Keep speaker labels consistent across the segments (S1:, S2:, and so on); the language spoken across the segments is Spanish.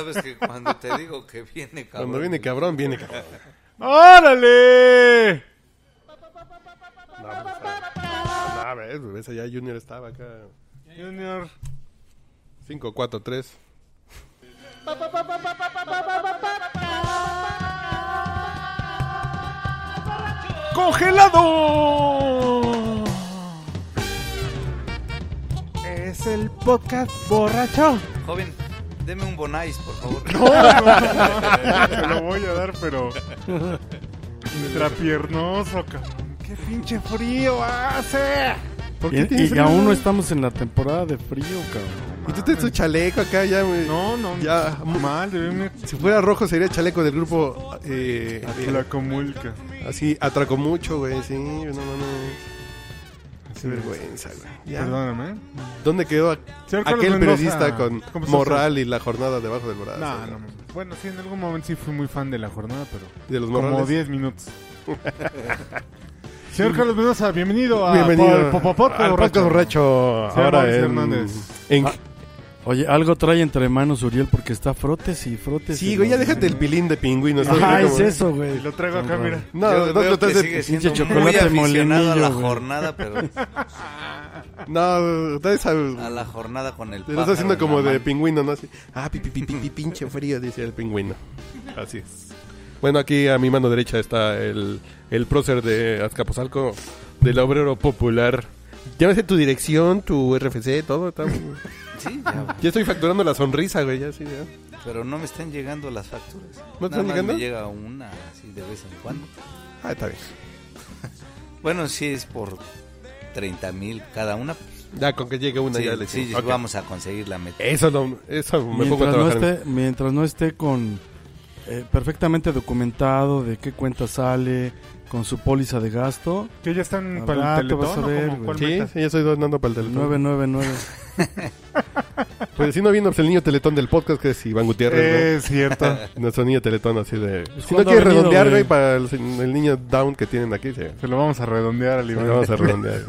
S1: sabes que cuando te digo que viene cabrón.
S2: Cuando viene cabrón, viene cabrón.
S3: ¡Órale!
S2: No, pues, ah, no, ves, ves, allá Junior estaba acá.
S3: Junior.
S2: 5, 4, 3.
S3: ¡Congelado! Es el podcast borracho.
S1: Joven, deme un bonais, por favor.
S3: Te lo voy a dar, pero. Intrapiernoso, cabrón. ¡Qué pinche frío hace!
S2: ¿Por qué tienes
S4: Y, y
S2: frío?
S4: aún no estamos en la temporada de frío, cabrón.
S2: Y tú tienes tu chaleco acá ya, güey.
S3: No, no,
S2: Ya.
S3: mal, debe irme
S2: Si fuera rojo sería chaleco del grupo. Eh,
S3: a
S2: eh,
S3: Tlacomulca.
S2: así, atracó mucho, güey. Sí, no mames. Qué vergüenza, güey. Ya.
S3: Perdóname. ¿eh?
S2: ¿Dónde quedó a-
S3: Señor Carlos
S2: aquel
S3: Mendoza,
S2: periodista con
S3: ¿cómo se
S2: Morral y la jornada debajo del brazo?
S3: No,
S2: güey?
S3: no, mames. Bueno, sí, en algún momento sí fui muy fan de la jornada, pero.
S2: De los
S3: Como
S2: Morrales.
S3: 10 minutos. Señor Carlos Mendoza, bienvenido
S2: Ah,
S3: a
S2: Bienvenido
S3: Por- Por- Por-
S2: al Podcast Borracho.
S3: Señor
S2: Ahora en,
S3: Mauricio Hernández.
S2: en-
S4: Ah, Oye, algo trae entre manos Uriel porque está frotes y frotes.
S2: sí, güey, ya déjate el pilín de pingüino. está
S4: Ajá,
S2: bien,
S4: es
S2: como-
S4: eso, güey.
S3: Lo traigo acá, mira.
S2: No,
S1: Yo
S2: no,
S1: veo que
S2: no, te hace-
S1: sigue
S4: pinche
S1: siendo muy
S4: chocolate
S1: aficionado a la
S4: molinillo, güey.
S1: jornada, pero
S2: no, te hace-
S1: a la jornada con el
S2: Te
S1: pájaro.
S2: lo está haciendo
S1: en
S2: como
S1: la
S2: de
S1: mano.
S2: pingüino, ¿no? Así, ah, pi, pi, pi, pi, pi, pinche frío, dice el pingüino. Así es. Bueno, aquí a mi mano derecha está el, el prócer de Azcapotzalco, del obrero popular. Ya me sé tu dirección, tu RFC, todo. está-
S1: Sí, ya, güey.
S2: Ya estoy facturando la sonrisa, güey, ya sí, ya.
S1: pero no me están llegando las facturas.
S2: ¿No te
S1: Nada más
S2: están llegando?
S1: me llega una así de vez en cuando.
S2: Ah, está bien.
S1: Bueno, sí es por 30 mil cada una.
S2: Ya, con que llegue una
S1: Sí,
S2: ya le
S1: sí,
S2: Ok.
S1: vamos a conseguir la meta.
S2: Eso, lo- eso me pongo a
S4: Mientras no,
S2: trabajar.
S4: esté, mientras no esté con eh, perfectamente documentado de qué cuenta sale, con su póliza de gasto,
S3: Que ya están
S4: Al
S3: para el
S4: rato vas
S3: teletón,
S4: a ver,
S3: ¿o cómo?
S4: güey.
S3: ¿Cuál
S2: Sí,
S3: meta?
S2: sí, ya estoy donando para el teletón.
S4: 999.
S2: Pues si no vino pues, el niño teletón del podcast, que es Iván Gutiérrez, ¿no? Ah,
S3: Es cierto.
S2: Nuestro niño teletón así de... Si no
S4: ¿cuándo
S2: quieres
S4: ha venido,
S2: redondear, güey,
S4: güey?
S2: para el, el niño down que tienen aquí, sí.
S3: Se lo vamos a redondear al
S2: Sí,
S3: Iván.
S2: Vamos a redondear.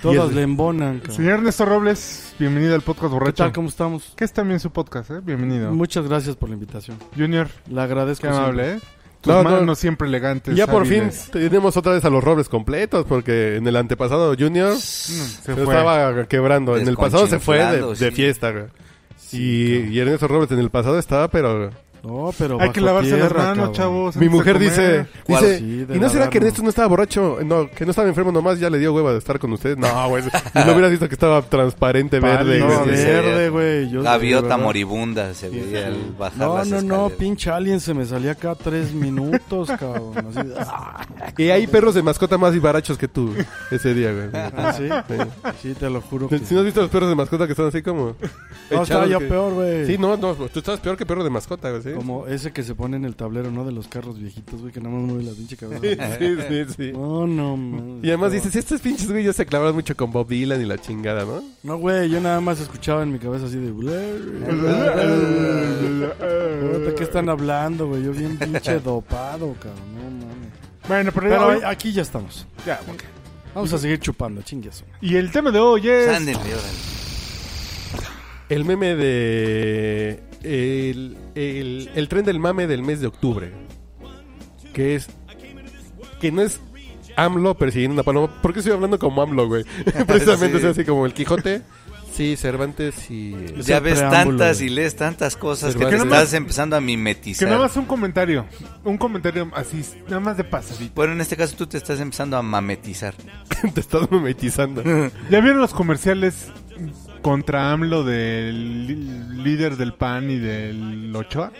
S4: Todas
S2: el-
S4: le embonan, cabrón.
S3: Señor Ernesto Robles, bienvenido al podcast
S4: ¿Qué
S3: borracho.
S4: tal? ¿Cómo estamos?
S3: Que es también su podcast, ¿eh? Bienvenido.
S4: Muchas gracias por la invitación.
S3: Junior,
S4: Le agradezco.
S3: qué amable, ¿eh? Tus
S2: No, no.
S3: manos siempre elegantes.
S2: ya por fin
S3: hábiles.
S2: tenemos otra vez a los robles completos, porque en el antepasado Junior se
S3: Mm, Se fue.
S2: estaba quebrando. En el pasado se fue de,
S1: Desconchinflando,
S2: de
S1: sí.
S2: fiesta, güey. y, y Ernesto Robles en el pasado estaba, pero...
S4: No, pero
S3: Hay que
S4: bajo
S3: lavarse las
S4: tierra,
S3: manos,
S4: cabrón.
S3: chavos.
S2: Mi
S3: antes de
S2: mujer
S3: comer.
S2: dice...
S4: ¿Cuál?
S2: dice
S4: Sí, de
S2: ¿Y no será que
S4: lavarnos.
S2: Ernesto no estaba borracho? No, que no estaba enfermo nomás, ya le dio hueva de estar con ustedes. No, güey. y lo hubieras visto que estaba transparente, verde.
S4: No,
S2: güey.
S1: sí, sí.
S4: verde, güey. yo- de
S1: Gaviota
S4: verdad.
S1: moribunda se veía al bajar
S4: No,
S1: las
S4: no, no,
S1: escaleras.
S4: pinche alien se me salía acá tres minutos, cabrón. Así, ah,
S2: Y hay perros de mascota más barachos que tú ese día, güey.
S4: sí, sí, te lo juro.
S2: Si
S4: Que...
S2: no has visto los perros de mascota que están así como.
S4: No, estaba
S2: echados
S4: yo
S2: que-
S4: peor, Oh, güey.
S2: Sí, no, no, tú estabas peor que perro de mascota, güey. ¿sí?
S4: Como ese que se pone en el tablero, ¿no? De los carros viejitos, güey, que nada más mueve la pinche
S2: Sí,
S4: cabeza.
S2: sí, sí, sí.
S4: No, no, man.
S2: Y además dices, estos pinches güey ya se clavaron mucho con Bob Dylan y la chingada, ¿no?
S4: No, güey, yo nada más escuchaba en mi cabeza así de... ¿De qué están hablando, güey? Yo bien pinche dopado, cabrón. No, mames.
S3: Bueno, pero, ya
S4: Pero
S3: hoy-
S4: eh, aquí ya estamos.
S3: ya, ok.
S4: Vamos a seguir chupando, chingues.
S3: Y el tema de hoy es...
S1: Ándele, órale.
S2: El meme de. El, el, el tren del mame del mes de octubre. Que es. Que no es AMLO persiguiendo una paloma. ¿Por qué estoy hablando como AMLO, güey? Precisamente
S1: Sí.
S2: es así como el Quijote. Sí, Cervantes y.
S4: Es
S1: Ya
S4: el
S1: ves
S4: preámbulo,
S1: tantas
S4: güey.
S1: y lees tantas cosas que
S2: Pero
S1: te
S2: que no
S1: estás
S2: más-
S1: empezando a
S3: Que
S1: mimetizar.
S3: nada más un comentario. Un comentario así, nada más de pasadito.
S1: Bueno, en este caso tú te estás empezando a mametizar.
S2: Te estás memetizando.
S3: ¿Ya vieron los comerciales contra AMLO del li- líder del PAN y del Ochoa?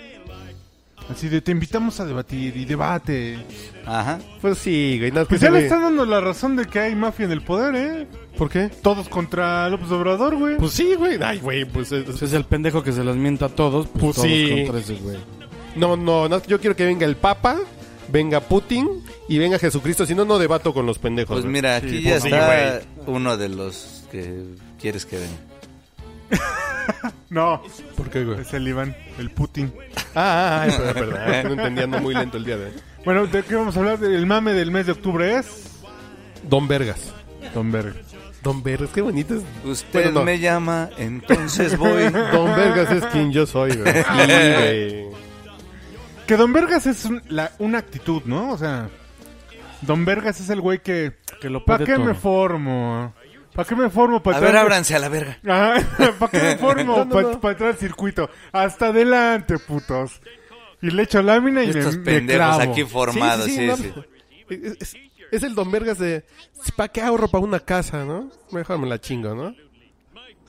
S3: Así de, te invitamos a debatir y debate.
S1: Ajá.
S2: Pues sí, güey. No,
S3: Pues
S2: pues
S3: ya
S2: sí,
S3: le
S2: güey.
S3: están dando la razón de que hay mafia en el poder, ¿eh?
S2: ¿Por qué?
S3: Todos contra López Obrador, güey.
S2: Pues sí, güey. Ay, güey, pues... eh,
S4: Pues es el pendejo que se las mienta a todos, pues,
S2: Pues
S4: todos
S2: sí.
S4: contra ese güey.
S2: No, no, no, yo quiero que venga el Papa, venga Putin y venga Jesucristo. Si no, no debato con los pendejos.
S1: Pues
S2: güey.
S1: mira, aquí
S4: Sí,
S1: ya
S4: pues sí,
S1: está uno de los que quieres que venga.
S3: no,
S2: ¿Por qué, güey?
S3: es el Iván, el Putin.
S2: Ah, ah, ah, perdón, perdón. es que no entendía, ando muy lento el día de hoy.
S3: Bueno, ¿de qué vamos a hablar? El mame del mes de octubre es...
S2: Don Vergas.
S3: Don Berg.
S2: Don Vergas, qué bonito es.
S1: Usted
S2: Bueno, no.
S1: me llama, entonces voy.
S2: Don Vergas es quien yo soy, güey. Sí, güey.
S3: Que Don Vergas es un- la- una actitud, ¿no? O sea, Don Vergas es el güey que...
S4: Que lo
S3: ¿Para
S4: puede
S3: qué
S4: todo.
S3: me formo? ¿Para qué me formo? Para
S1: A ver, ábranse a la verga.
S3: ¿Para qué me formo?
S2: No, no,
S3: para
S2: no.
S3: entrar al circuito. Hasta adelante, putos. Y le echo lámina y
S1: Estos
S3: me, me
S1: pendejos
S3: clavo.
S1: aquí formados, sí, sí.
S2: no, Es, es- es el Don Vergas de. ¿Para qué ahorro para una casa, no? Mejor me la chingo, ¿no?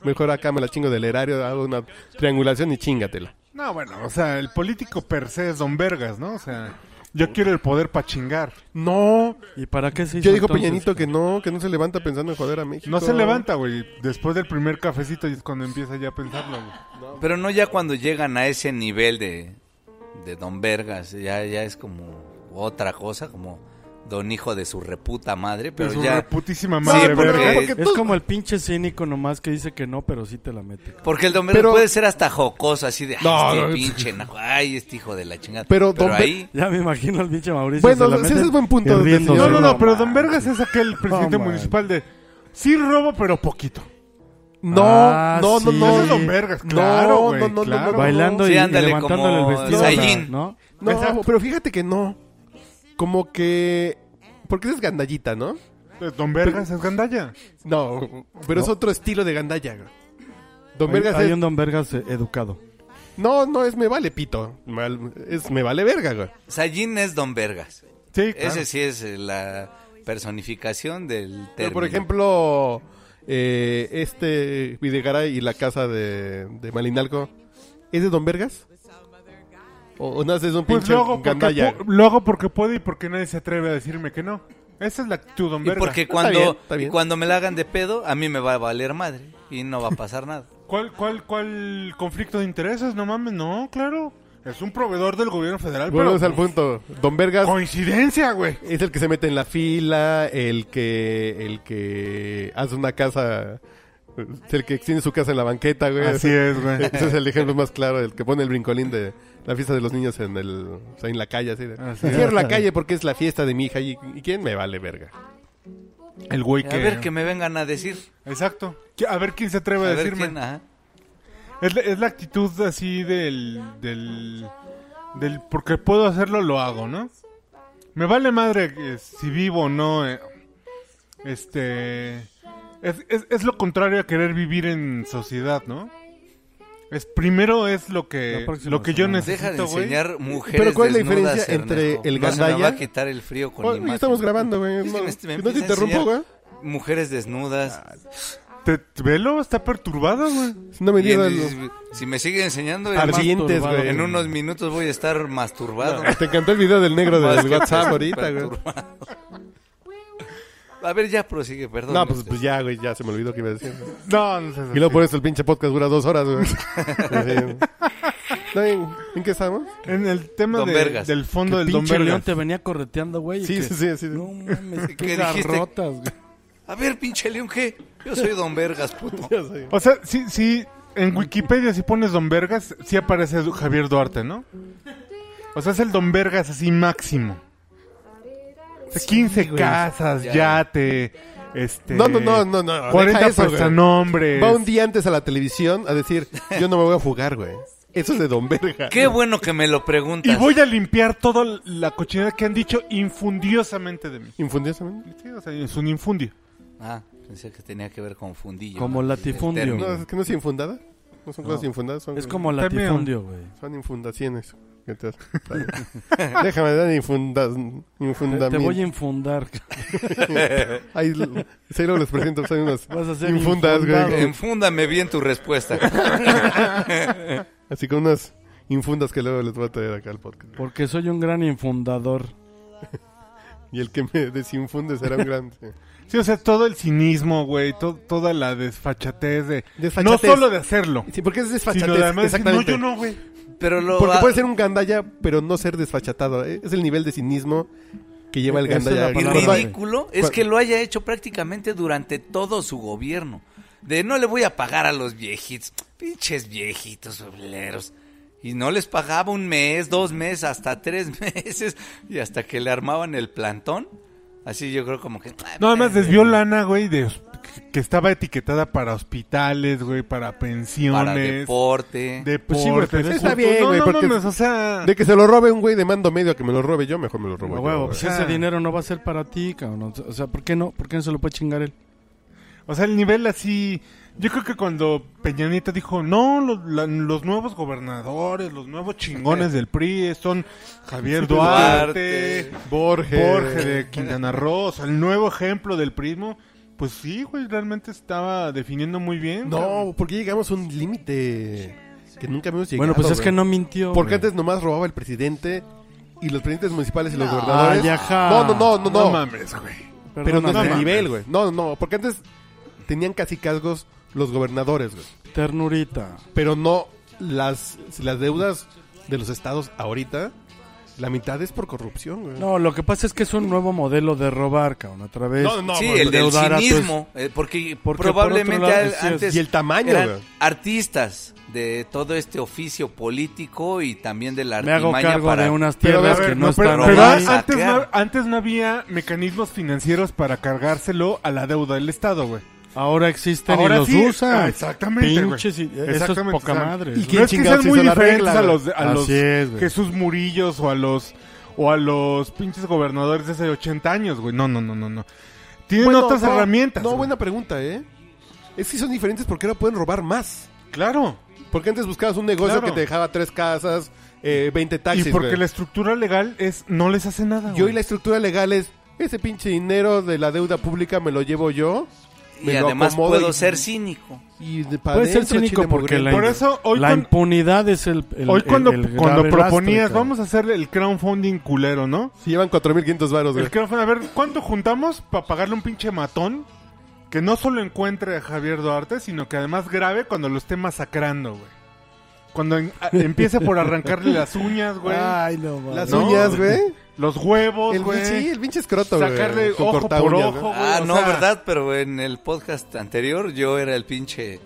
S2: Mejor acá me la chingo del erario, hago una triangulación y chingatela.
S3: No, bueno, o sea, el político per se es Don Vergas, ¿no? O sea, yo quiero el poder para chingar.
S2: No,
S4: ¿Y para qué se hizo
S2: yo digo
S4: entonces?
S2: Peñanito que no, que no se levanta pensando en joder a México.
S3: este, No se levanta, güey. Después del primer cafecito es cuando empieza ya a pensarlo, güey.
S1: Pero no ya cuando llegan a ese nivel de, de Don Vergas, ya, ya es como otra cosa, como Don Hijo de su reputa madre, pero
S3: Es una
S1: ya...
S3: putísima
S1: Sí,
S3: madre,
S1: porque-
S3: verga.
S2: Ah, porque
S4: Eh, Es como el pinche cínico nomás que dice que no, pero sí te la mete.
S1: Porque el Don Vergas
S2: Pero-
S1: puede ser hasta jocoso, así de... Ay,
S2: No,
S1: este
S2: no,
S1: pinche, naco, ay, este hijo de la chingada.
S2: Pero Don Ver-
S1: ahí...
S4: Ya me imagino al pinche Mauricio.
S2: Bueno,
S4: se la
S2: ese
S4: mete
S2: es buen punto
S4: y
S2: del
S4: riéndose.
S2: señor.
S3: No, no, no, pero
S2: man.
S3: Don Vergas es aquel presidente
S4: man.
S3: municipal de... Sí robo, pero poquito.
S2: No,
S4: Ah,
S2: no, no,
S4: sí.
S2: no.
S3: Ese es Don Vergas, claro,
S2: no,
S3: güey,
S2: no, no,
S3: claro.
S2: no, no.
S4: Bailando
S1: Sí,
S4: y,
S1: ándale,
S4: levantándole
S1: como
S4: el vestido.
S1: Saiyajin.
S4: ¿no?
S2: No,
S3: Exacto.
S2: pero fíjate que no. Como que. Porque esa es gandallita, ¿no?
S3: Eh, Don Vergas es gandalla.
S2: No, pero es otro estilo de gandalla. güey. Don
S4: Hay-
S2: Vergas
S4: hay,
S2: es-
S4: un Don Vergas eh, educado.
S2: No, no, es me vale pito. Mal- es me vale verga, güey.
S1: Sayín es Don Vergas.
S3: Sí, claro.
S1: Ese sí es eh, la personificación del término.
S2: Pero, por ejemplo, eh, este Videgaray y la casa de, de Malinalco, ¿es de Don Vergas? ¿O, o no es un
S3: Pues
S2: pinche
S3: lo hago, porque,
S2: gandalla?
S3: pu- lo hago porque puedo y porque nadie se atreve a decirme que no. Esa es la actitud, Don
S1: Y
S3: Vergas.
S1: porque cuando,
S2: bien, está
S1: y
S2: bien.
S1: cuando me la hagan de pedo, a mí me va a valer madre y no va a pasar nada.
S3: ¿Cuál, cuál, ¿Cuál conflicto de intereses? No mames, no, claro. Es un proveedor del gobierno federal,
S2: Volvemos
S3: pero...
S2: al punto. Don Vergas
S3: Coincidencia, güey.
S2: es el que se mete en la fila, el que, el que hace una casa, es el que extiende su casa en la banqueta, güey.
S3: Así es, güey.
S2: Ese es el ejemplo más claro, el que pone el brincolín de la fiesta de los niños en el o sea, en la calle. Así de,
S3: Así es.
S2: Cierro la calle porque es la fiesta de mi hija y, y quién me vale verga.
S3: El güey
S1: A ver qué me vengan a decir.
S3: Exacto. Que- A ver quién se
S1: A
S3: atreve a,
S1: ver
S3: decirme.
S1: quién, ajá.
S3: Es, la, es la actitud así del, del... Del... Porque puedo hacerlo, lo hago, ¿no? Me vale madre eh, si vivo o no. eh, este... Es, es, es lo contrario a querer vivir en sociedad, ¿no? Es primero es lo
S4: La
S3: que
S4: próxima
S3: lo que yo
S4: semana.
S1: Deja de
S3: necesito, güey.
S1: enseñar mujeres
S2: Pero ¿cuál es la
S1: desnudas,
S2: diferencia entre
S1: Ernesto.
S2: el
S1: No se me va
S2: gandalla?
S1: a quitar el frío con
S2: Oh,
S1: mi
S2: ya
S1: imagen.
S2: estamos grabando, güey.
S1: Sí, me-
S2: No,
S1: me
S2: que no te
S1: empieza a
S2: interrumpo, güey.
S1: enseñar Mujeres desnudas.
S3: Te, te- velo, está perturbado, güey.
S2: No me
S1: Y en-
S2: digas.
S1: y si me sigue enseñando,
S2: Al
S1: en-
S2: siguiente,
S4: masturbado,
S2: güey.
S1: en unos minutos voy a estar masturbado.
S2: Te encantó el video del negro
S1: Más
S2: del
S1: que
S2: WhatsApp ahorita, güey.
S1: perturbado. A ver, ya prosigue, perdón. este.
S2: No, pues, pues ya, güey, ya se me olvidó que iba a decir. güey.
S3: No, no seas
S2: Y luego por eso el pinche podcast dura dos horas, güey. Sí. No, ¿en, en qué estamos?
S3: En el tema
S1: Don
S3: de-
S1: Vergas.
S3: del fondo
S4: Que
S3: del Don
S4: pinche León
S3: Vergas.
S4: te venía correteando, güey. y
S2: Sí,
S4: que-
S2: sí, sí, sí.
S4: No mames,
S1: ¿Qué
S4: qué
S1: dijiste?
S4: garrotas, güey.
S1: A ver, pinche león, ¿qué? Yo soy Don Vergas, puto.
S2: Ya sé.
S3: O sea, sí, sí, en Wikipedia si pones Don Vergas, sí aparece Du- Javier Duarte, ¿no? O sea, es el Don Vergas así máximo. O sea, 15 casas,
S1: Ya.
S3: yate, este...
S2: No, no, no, no, no.
S3: 40
S2: deja eso, güey.
S3: prestanombres.
S2: Va un día antes a la televisión a decir, yo no me voy a fugar, güey. Eso es de Don Verga.
S1: Qué bueno que me lo preguntas.
S3: Y voy a limpiar toda la cochinada que han dicho infundiosamente de mí.
S2: ¿Infundiosamente?
S3: Sí, o sea, es un infundio.
S1: Ah, pensé que tenía que ver con fundillo.
S4: Como latifundio.
S1: El
S2: No,
S1: término.
S2: es que no es infundada. No son cosas
S4: No.
S2: infundadas, son,
S4: Es como
S3: También.
S4: latifundio, güey.
S2: son infundaciones. que te hacen. Déjame dar infundas,
S4: Te, te voy a
S2: infundamiento.
S4: infundar.
S2: Ahí l- sí, luego les presento, son unas
S4: Vas a ser
S2: infundas,
S4: infundado.
S2: güey.
S1: Enfúndame bien tu respuesta.
S2: Así con unas infundas que luego les voy a traer acá al podcast.
S4: Porque soy un gran infundador.
S2: Y el que me desinfunde será un gran... sí.
S3: Sí, o sea, todo el cinismo, güey, to- toda la desfachatez de...
S2: Desfachatez.
S3: No solo de hacerlo,
S2: Sí, porque es
S3: sino
S2: desfachatez.
S3: de además decir, no,
S2: exactamente.
S3: yo no, güey.
S1: Pero lo
S2: Porque
S1: ah,
S2: puede ser un gandalla, pero no ser desfachatado. ¿eh? Es el nivel de cinismo que lleva el
S4: Esa es la
S2: gandalla.
S1: y
S4: palabra.
S2: Cuando hay-
S1: ridículo es
S2: Cuando-
S1: que lo haya hecho prácticamente durante todo su gobierno. De no le voy a pagar a los viejitos. Pinches viejitos obleros. Y no les pagaba un mes, dos meses, hasta tres meses. Y hasta que le armaban el plantón. Así yo creo como que... "Ah,
S3: No, además desvió lana, güey, de, hos- que estaba etiquetada para hospitales, güey, para pensiones.
S1: Para deporte.
S3: deportes,
S2: Pues Sí, güey, pero está
S3: culto-
S2: bien,
S3: no,
S2: güey,
S3: no
S2: porque-
S3: mames, o sea...
S2: De que se lo robe un güey de mando medio a que me lo robe yo, mejor me lo robo
S4: A
S2: yo,
S4: huevo,
S2: güey.
S4: pues
S3: Ah.
S4: ese dinero no va a ser para ti, cabrón. O sea, ¿por qué no? ¿Por qué no se lo puede chingar él?
S3: O sea, el nivel así... Yo creo que cuando Peña Nieto dijo, no, los, la- los nuevos gobernadores, los nuevos chingones del PRI son Javier
S1: Duarte,
S3: Duarte,
S2: Borges.
S3: Borges de Quintana Roo, o sea, el nuevo ejemplo del prismo. Pues sí, güey, realmente estaba definiendo muy bien. cabrón.
S2: No, porque llegamos a un límite que nunca habíamos llegado.
S4: Bueno, pues es
S2: ah, güey.
S4: que no mintió.
S2: Porque
S4: güey.
S2: antes nomás robaba el presidente y los presidentes municipales y los
S4: Ah,
S2: gobernadores.
S4: ya, ja.
S2: No, no, no, no,
S3: No
S2: no.
S3: mames, güey.
S2: pero no
S4: Perdóname.
S2: es el
S3: mames.
S2: nivel, güey. No, no, no. Porque antes tenían casi casgos los gobernadores, güey.
S4: Ternurita.
S2: Pero no las, las deudas de los estados ahorita. La mitad es por corrupción, güey.
S4: No, lo que pasa es que es un nuevo modelo de robar, cabrón, a través.
S2: No, no,
S1: sí,
S2: bueno,
S1: el del
S4: endeudar a tus-
S1: cinismo. eh, Porque,
S4: pues, Porque
S1: probablemente
S4: por otro lado,
S1: al-
S4: así es.
S1: antes
S2: Y el tamaño,
S1: eran
S2: güey.
S1: artistas de todo este oficio político y también de la
S4: Me hago
S1: artimaña
S4: cargo
S1: para...
S4: de unas
S3: Pero,
S4: tierras
S3: a ver,
S4: que no,
S3: no, pero-
S4: están
S3: pero
S1: robadas.
S4: ahí.
S3: antes, no,
S1: Saquear.
S3: antes no había mecanismos financieros para cargárselo a la deuda del Estado, güey.
S4: Ahora existen
S3: Ahora
S4: y los
S3: sí, ah,
S4: usan.
S3: exactamente, güey.
S4: Pinches, y- eh, eso es
S3: Exactamente,
S4: poca
S3: o sea,
S4: madre.
S2: y
S4: eso.
S2: que-
S3: No es que
S2: chingados
S3: sean muy
S2: hizo la
S3: diferentes
S2: regla,
S3: a
S2: güey?
S3: los, a los
S4: Así es, güey.
S3: Jesús Murillos o a los o a los pinches gobernadores de hace 80 años, güey. No, no, no, no, no. Tienen
S2: Bueno,
S3: otras
S2: no,
S3: herramientas.
S2: No,
S3: güey.
S2: buena pregunta, ¿eh? Es que son diferentes porque ahora pueden robar más.
S3: Claro.
S2: Porque antes buscabas un negocio
S3: Claro.
S2: que te dejaba tres casas, eh, 20 taxis.
S3: y porque
S2: güey.
S3: la estructura legal es no les hace nada,
S2: Y hoy
S3: güey.
S2: la estructura legal es, ese pinche dinero de la deuda pública me lo llevo yo.
S1: Y
S2: me lo
S1: además
S2: acomodo
S1: puedo
S2: y-
S1: ser cínico.
S2: Y de pa'
S4: Puede ser
S2: dentro,
S4: cínico
S2: chile
S4: porque la,
S2: mugriento.
S3: Por
S4: imp-
S3: eso, hoy
S4: la
S3: cuan-
S4: impunidad es el. el-
S3: Hoy
S4: el-
S3: cuando,
S4: el
S3: cuando
S4: grave
S3: proponías,
S4: lastre, cabrón.
S3: vamos a hacer el crowdfunding culero, ¿no?
S2: Si llevan 4.500 varos, güey.
S3: El crowdfunding, a ver, ¿cuánto juntamos para pagarle un pinche matón que no solo encuentre a Javier Duarte, sino que además grave cuando lo esté masacrando, güey? Cuando en- a- empiece por arrancarle las uñas, güey.
S4: Ay, no, mames.
S2: Las
S3: No,
S2: uñas, güey.
S3: los huevos,
S2: Ah. El,
S3: güey.
S2: sí, el pinche escroto, güey.
S3: Sacarle
S2: con
S3: ojo por
S2: cortaúñas,
S3: ojo,
S2: güey.
S3: güey,
S1: Ah,
S3: o
S1: no,
S3: sea,
S1: ¿verdad? Pero en el podcast anterior yo era el pinche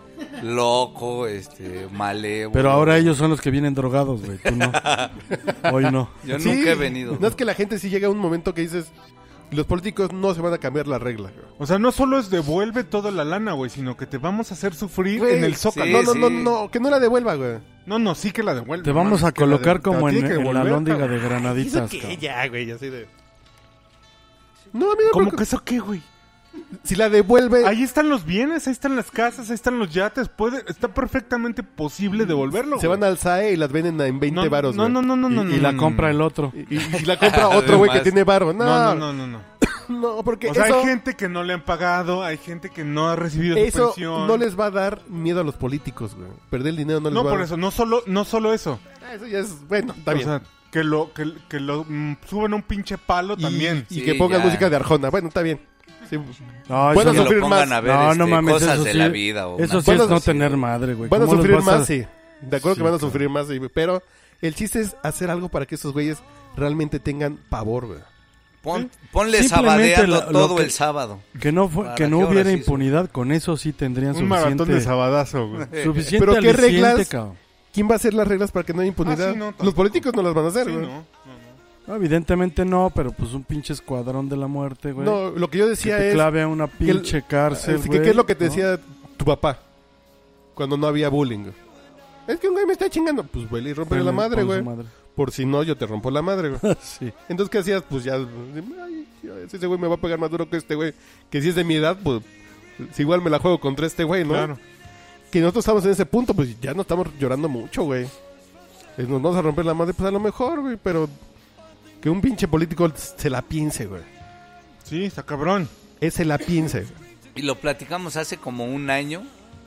S1: loco, este, malévolo.
S4: Pero ahora ellos son los que vienen drogados, güey. Tú no. Hoy no.
S1: Yo
S2: Sí.
S1: nunca he venido.
S2: No es que la gente sí llega a un momento que dices, los políticos no se van a cambiar la regla. güey.
S3: O sea, no solo es devuelve toda la lana, güey, sino que te vamos a hacer sufrir
S2: Güey,
S3: en el
S2: sí,
S3: zócalo.
S1: Sí,
S2: no, no,
S1: sí.
S2: no, no, que no la devuelva, güey.
S3: No, no, sí que la devuelve.
S4: Te vamos
S3: mames,
S4: a
S3: que la
S4: colocar
S3: de-
S4: como
S3: la
S4: en,
S3: tiene que
S4: en la
S3: devolver,
S4: lóndiga
S3: cabrón.
S4: de granaditas, cabrón.
S2: Ya, güey, así de... No, amigo,
S3: ¿Cómo que eso qué, güey?
S2: si la devuelve...
S3: Ahí están los bienes, ahí están las casas, ahí están los yates. Puede, está perfectamente posible devolverlo.
S2: Mm, Se
S3: güey.
S2: van al SAE y las venden en 20
S3: no,
S2: varos,
S3: No,
S2: güey.
S3: no, no, no,
S4: Y,
S3: no.
S4: y
S3: no,
S4: la
S3: no,
S4: compra
S3: no.
S4: el otro.
S2: Y, y- y la compra otro güey que
S1: Además.
S2: tiene varo. No,
S3: No, no, no, no. no.
S2: No, porque
S3: O sea,
S2: eso,
S3: hay gente que no le han pagado, hay gente que no ha recibido su
S2: eso
S3: pensión.
S2: no les va a dar miedo a los políticos, güey. Perder el dinero no les
S3: No,
S2: va a
S3: por
S2: dar-
S3: eso, no solo, no solo eso.
S2: Ah, Eso ya es... Bueno, está
S3: o
S2: bien.
S3: sea, que lo, que, que lo mm, suben a un pinche palo
S2: Y-
S3: también. Pues,
S2: Y,
S1: Sí,
S2: que ponga
S1: ya.
S2: música de Arjona. Bueno, está bien. Sí. Bueno,
S4: No,
S1: que
S4: eso
S1: lo
S2: sufrir
S1: pongan
S2: más.
S1: a ver
S4: no, no
S1: este,
S4: mames,
S1: cosas
S4: eso
S1: de
S4: sí-
S1: la vida. o
S4: Eso
S1: una
S4: sí
S1: cosa
S4: es no
S1: así.
S4: tener madre, güey.
S2: Van a
S4: ¿Cómo los
S2: sufrir
S4: vas
S2: más,
S4: a-
S2: sí. De acuerdo
S4: Sí,
S2: que van a
S4: claro.
S2: sufrir más, sí, güey, pero el chiste es hacer algo para que esos güeyes realmente tengan pavor, güey.
S1: Pon- ponle
S4: Simplemente
S1: sabadeando
S4: la- lo
S1: todo
S4: que-
S1: el sábado.
S4: Que no, fue-
S1: ¿Para
S4: que no
S1: qué ahora
S4: hubiera
S1: sí,
S4: impunidad, con eso sí tendrían
S3: un maratón de
S4: suficiente.
S3: sabadazo, güey.
S4: Suficiente
S2: Pero ¿qué
S4: aliciente,
S2: reglas?
S4: cabrón.
S2: ¿Quién va a hacer las reglas para que no haya impunidad?
S3: Ah, sí, no, tampoco.
S2: Los políticos no las van a hacer,
S3: Sí,
S2: güey.
S3: no, no, no.
S4: No, evidentemente no, pero pues un pinche escuadrón de la muerte, güey.
S2: No, lo que yo
S4: que
S2: decía
S4: te
S2: es...
S4: clave a una
S2: el-
S4: pinche cárcel,
S2: Así que,
S4: güey.
S2: ¿Qué es lo que te
S4: ¿no?
S2: decía tu papá cuando no había bullying? güey? Es que un güey me está chingando. Pues, güey, y rompe
S4: Pero
S2: la
S4: le
S2: madre,
S4: pon su
S2: güey.
S4: madre. Ah,
S2: Por si no, yo te rompo la madre, güey.
S4: sí.
S2: Entonces, ¿qué hacías? Pues ya, ay, si ese güey me va a pegar más duro que este güey, que si es de mi edad, pues si igual me la juego contra este güey, ¿no?
S3: Claro.
S2: Que nosotros estamos en ese punto, pues ya no estamos llorando mucho, güey. Eh, Nos vamos a romper la madre, pues a lo mejor, güey, pero que un pinche político se la piense, güey.
S3: Sí, está cabrón.
S2: Ese la piense.
S1: Y lo platicamos hace como un año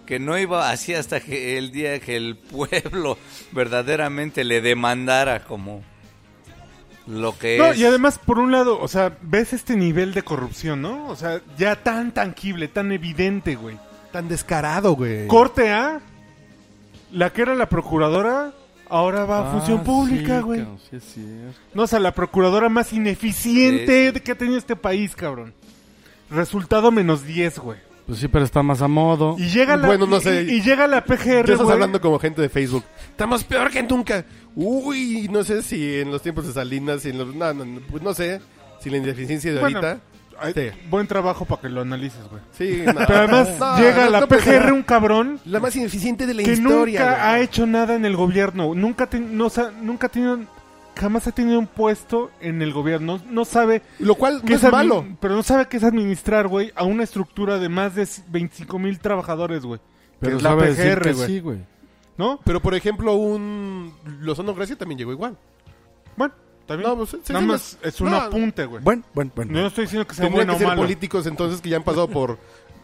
S1: que no iba así hasta que el día que el pueblo verdaderamente le demandara como lo que
S3: No,
S1: es.
S3: y además, por un lado, o sea, ves este nivel de corrupción, ¿no? O sea, ya tan tangible, tan evidente, güey.
S2: Tan descarado,
S4: Eh.
S2: güey.
S3: Corte A, la que era la procuradora, ahora va a función
S4: Ah,
S3: pública,
S4: sí,
S3: güey.
S4: cabrón, sí es cierto.
S3: no, o sea, la procuradora más
S1: Sí,
S3: ineficiente que ha tenido este país, cabrón. Resultado menos 10, güey.
S4: Pues sí, pero está más a modo.
S3: Y llega la,
S2: Bueno, no sé.
S3: y, y llega la
S2: Ya
S3: PGR,
S2: estás
S3: güey.
S2: hablando como gente de Facebook. Estamos peor que nunca. Uy, no sé si en los tiempos de Salinas, si en los, no, no, no, pues no sé, si la ineficiencia de
S3: Bueno,
S2: ahorita.
S3: ay,
S2: Sí.
S3: Buen trabajo para que lo analices, güey.
S2: Sí, no.
S3: Pero además
S2: No,
S3: llega
S2: no,
S3: la
S2: no, pero-
S3: PGR un cabrón
S2: La más ineficiente de la
S3: que
S2: historia.
S3: nunca
S2: güey.
S3: ha hecho nada en el gobierno. Nunca, te- no, sa- nunca ha tenido, jamás ha tenido un puesto en el gobierno. No sabe
S2: Lo cual
S3: qué
S2: no es
S3: admi-
S2: malo.
S3: Pero no sabe qué es administrar, güey, a una estructura de más de 25 mil trabajadores, güey. Que
S4: Pero
S3: es la
S4: sabe decir
S3: PGR,
S4: que
S3: güey.
S4: sí, güey.
S3: ¿No?
S2: Pero por ejemplo, un Lozano Gracia también llegó igual.
S3: Bueno, también.
S2: No, pues, sí,
S3: nada
S2: sí,
S3: más
S2: no-
S3: es un
S2: no.
S3: apunte, güey.
S4: Bueno, bueno, bueno.
S3: No estoy diciendo que sea
S2: Tendrían
S3: bueno o
S2: que ser
S3: malo.
S2: políticos entonces que ya han pasado por...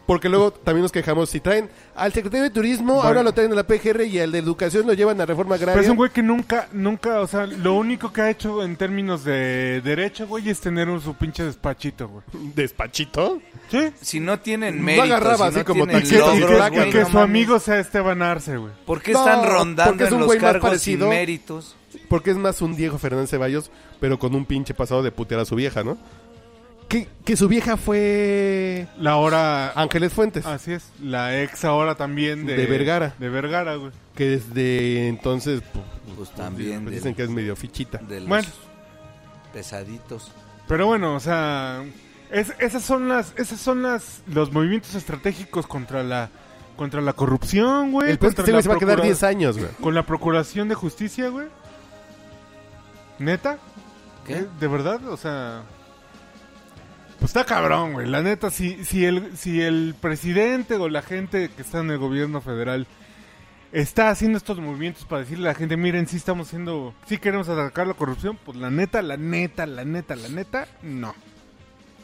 S2: Porque luego también nos quejamos, si traen al secretario de Turismo, ahora lo traen a la PGR y al de Educación lo llevan a Reforma Agraria.
S3: Pero es un güey que nunca, nunca, o sea, lo único que ha hecho en términos de derecho, güey, es tener un, su pinche despachito, güey.
S2: ¿Despachito?
S3: ¿Sí?
S1: Si no tienen
S2: No
S1: mérito,
S2: agarraba
S1: si no
S2: así como
S3: Y
S1: tienen
S3: que, y
S1: logros,
S2: taquete,
S3: que-
S2: logros,
S3: y
S1: güey,
S3: que
S1: no
S3: su
S1: mames.
S3: amigo sea Esteban Arce, güey.
S1: ¿Por qué
S2: No,
S1: están
S2: porque
S1: rondando
S2: es un
S1: en los
S2: güey más
S1: cargos sin
S2: parecido.
S1: méritos?
S2: Porque es más un Diego Fernández Ceballos, pero con un pinche pasado de putear a su vieja, ¿no? Que, que su vieja fue
S3: La hora... Ah.
S2: Ángeles Fuentes,
S3: Así es, la ex ahora también de...
S2: De Vergara.
S3: De Vergara, güey.
S2: que desde entonces pues,
S1: Pues también
S2: pues,
S1: de,
S2: dicen que es medio fichita.
S1: de los
S3: Bueno.
S1: pesaditos.
S3: Pero bueno, o sea, es- esas son las, esas son las, los movimientos estratégicos contra la, contra la corrupción, güey.
S2: El peor es que
S3: contra
S2: este güey
S3: la
S2: se va a quedar
S3: procura-
S2: 10 años, güey.
S3: Con la procuración de justicia, güey. ¿Neta?
S1: ¿Qué?
S3: ¿Eh? ¿De verdad? O sea... Pues está cabrón, güey. La neta, si, si, el, si el presidente o la gente que está en el gobierno federal está haciendo estos movimientos para decirle a la gente, miren, sí estamos haciendo, sí queremos atacar la corrupción, pues la neta, la neta, la neta, la neta, no.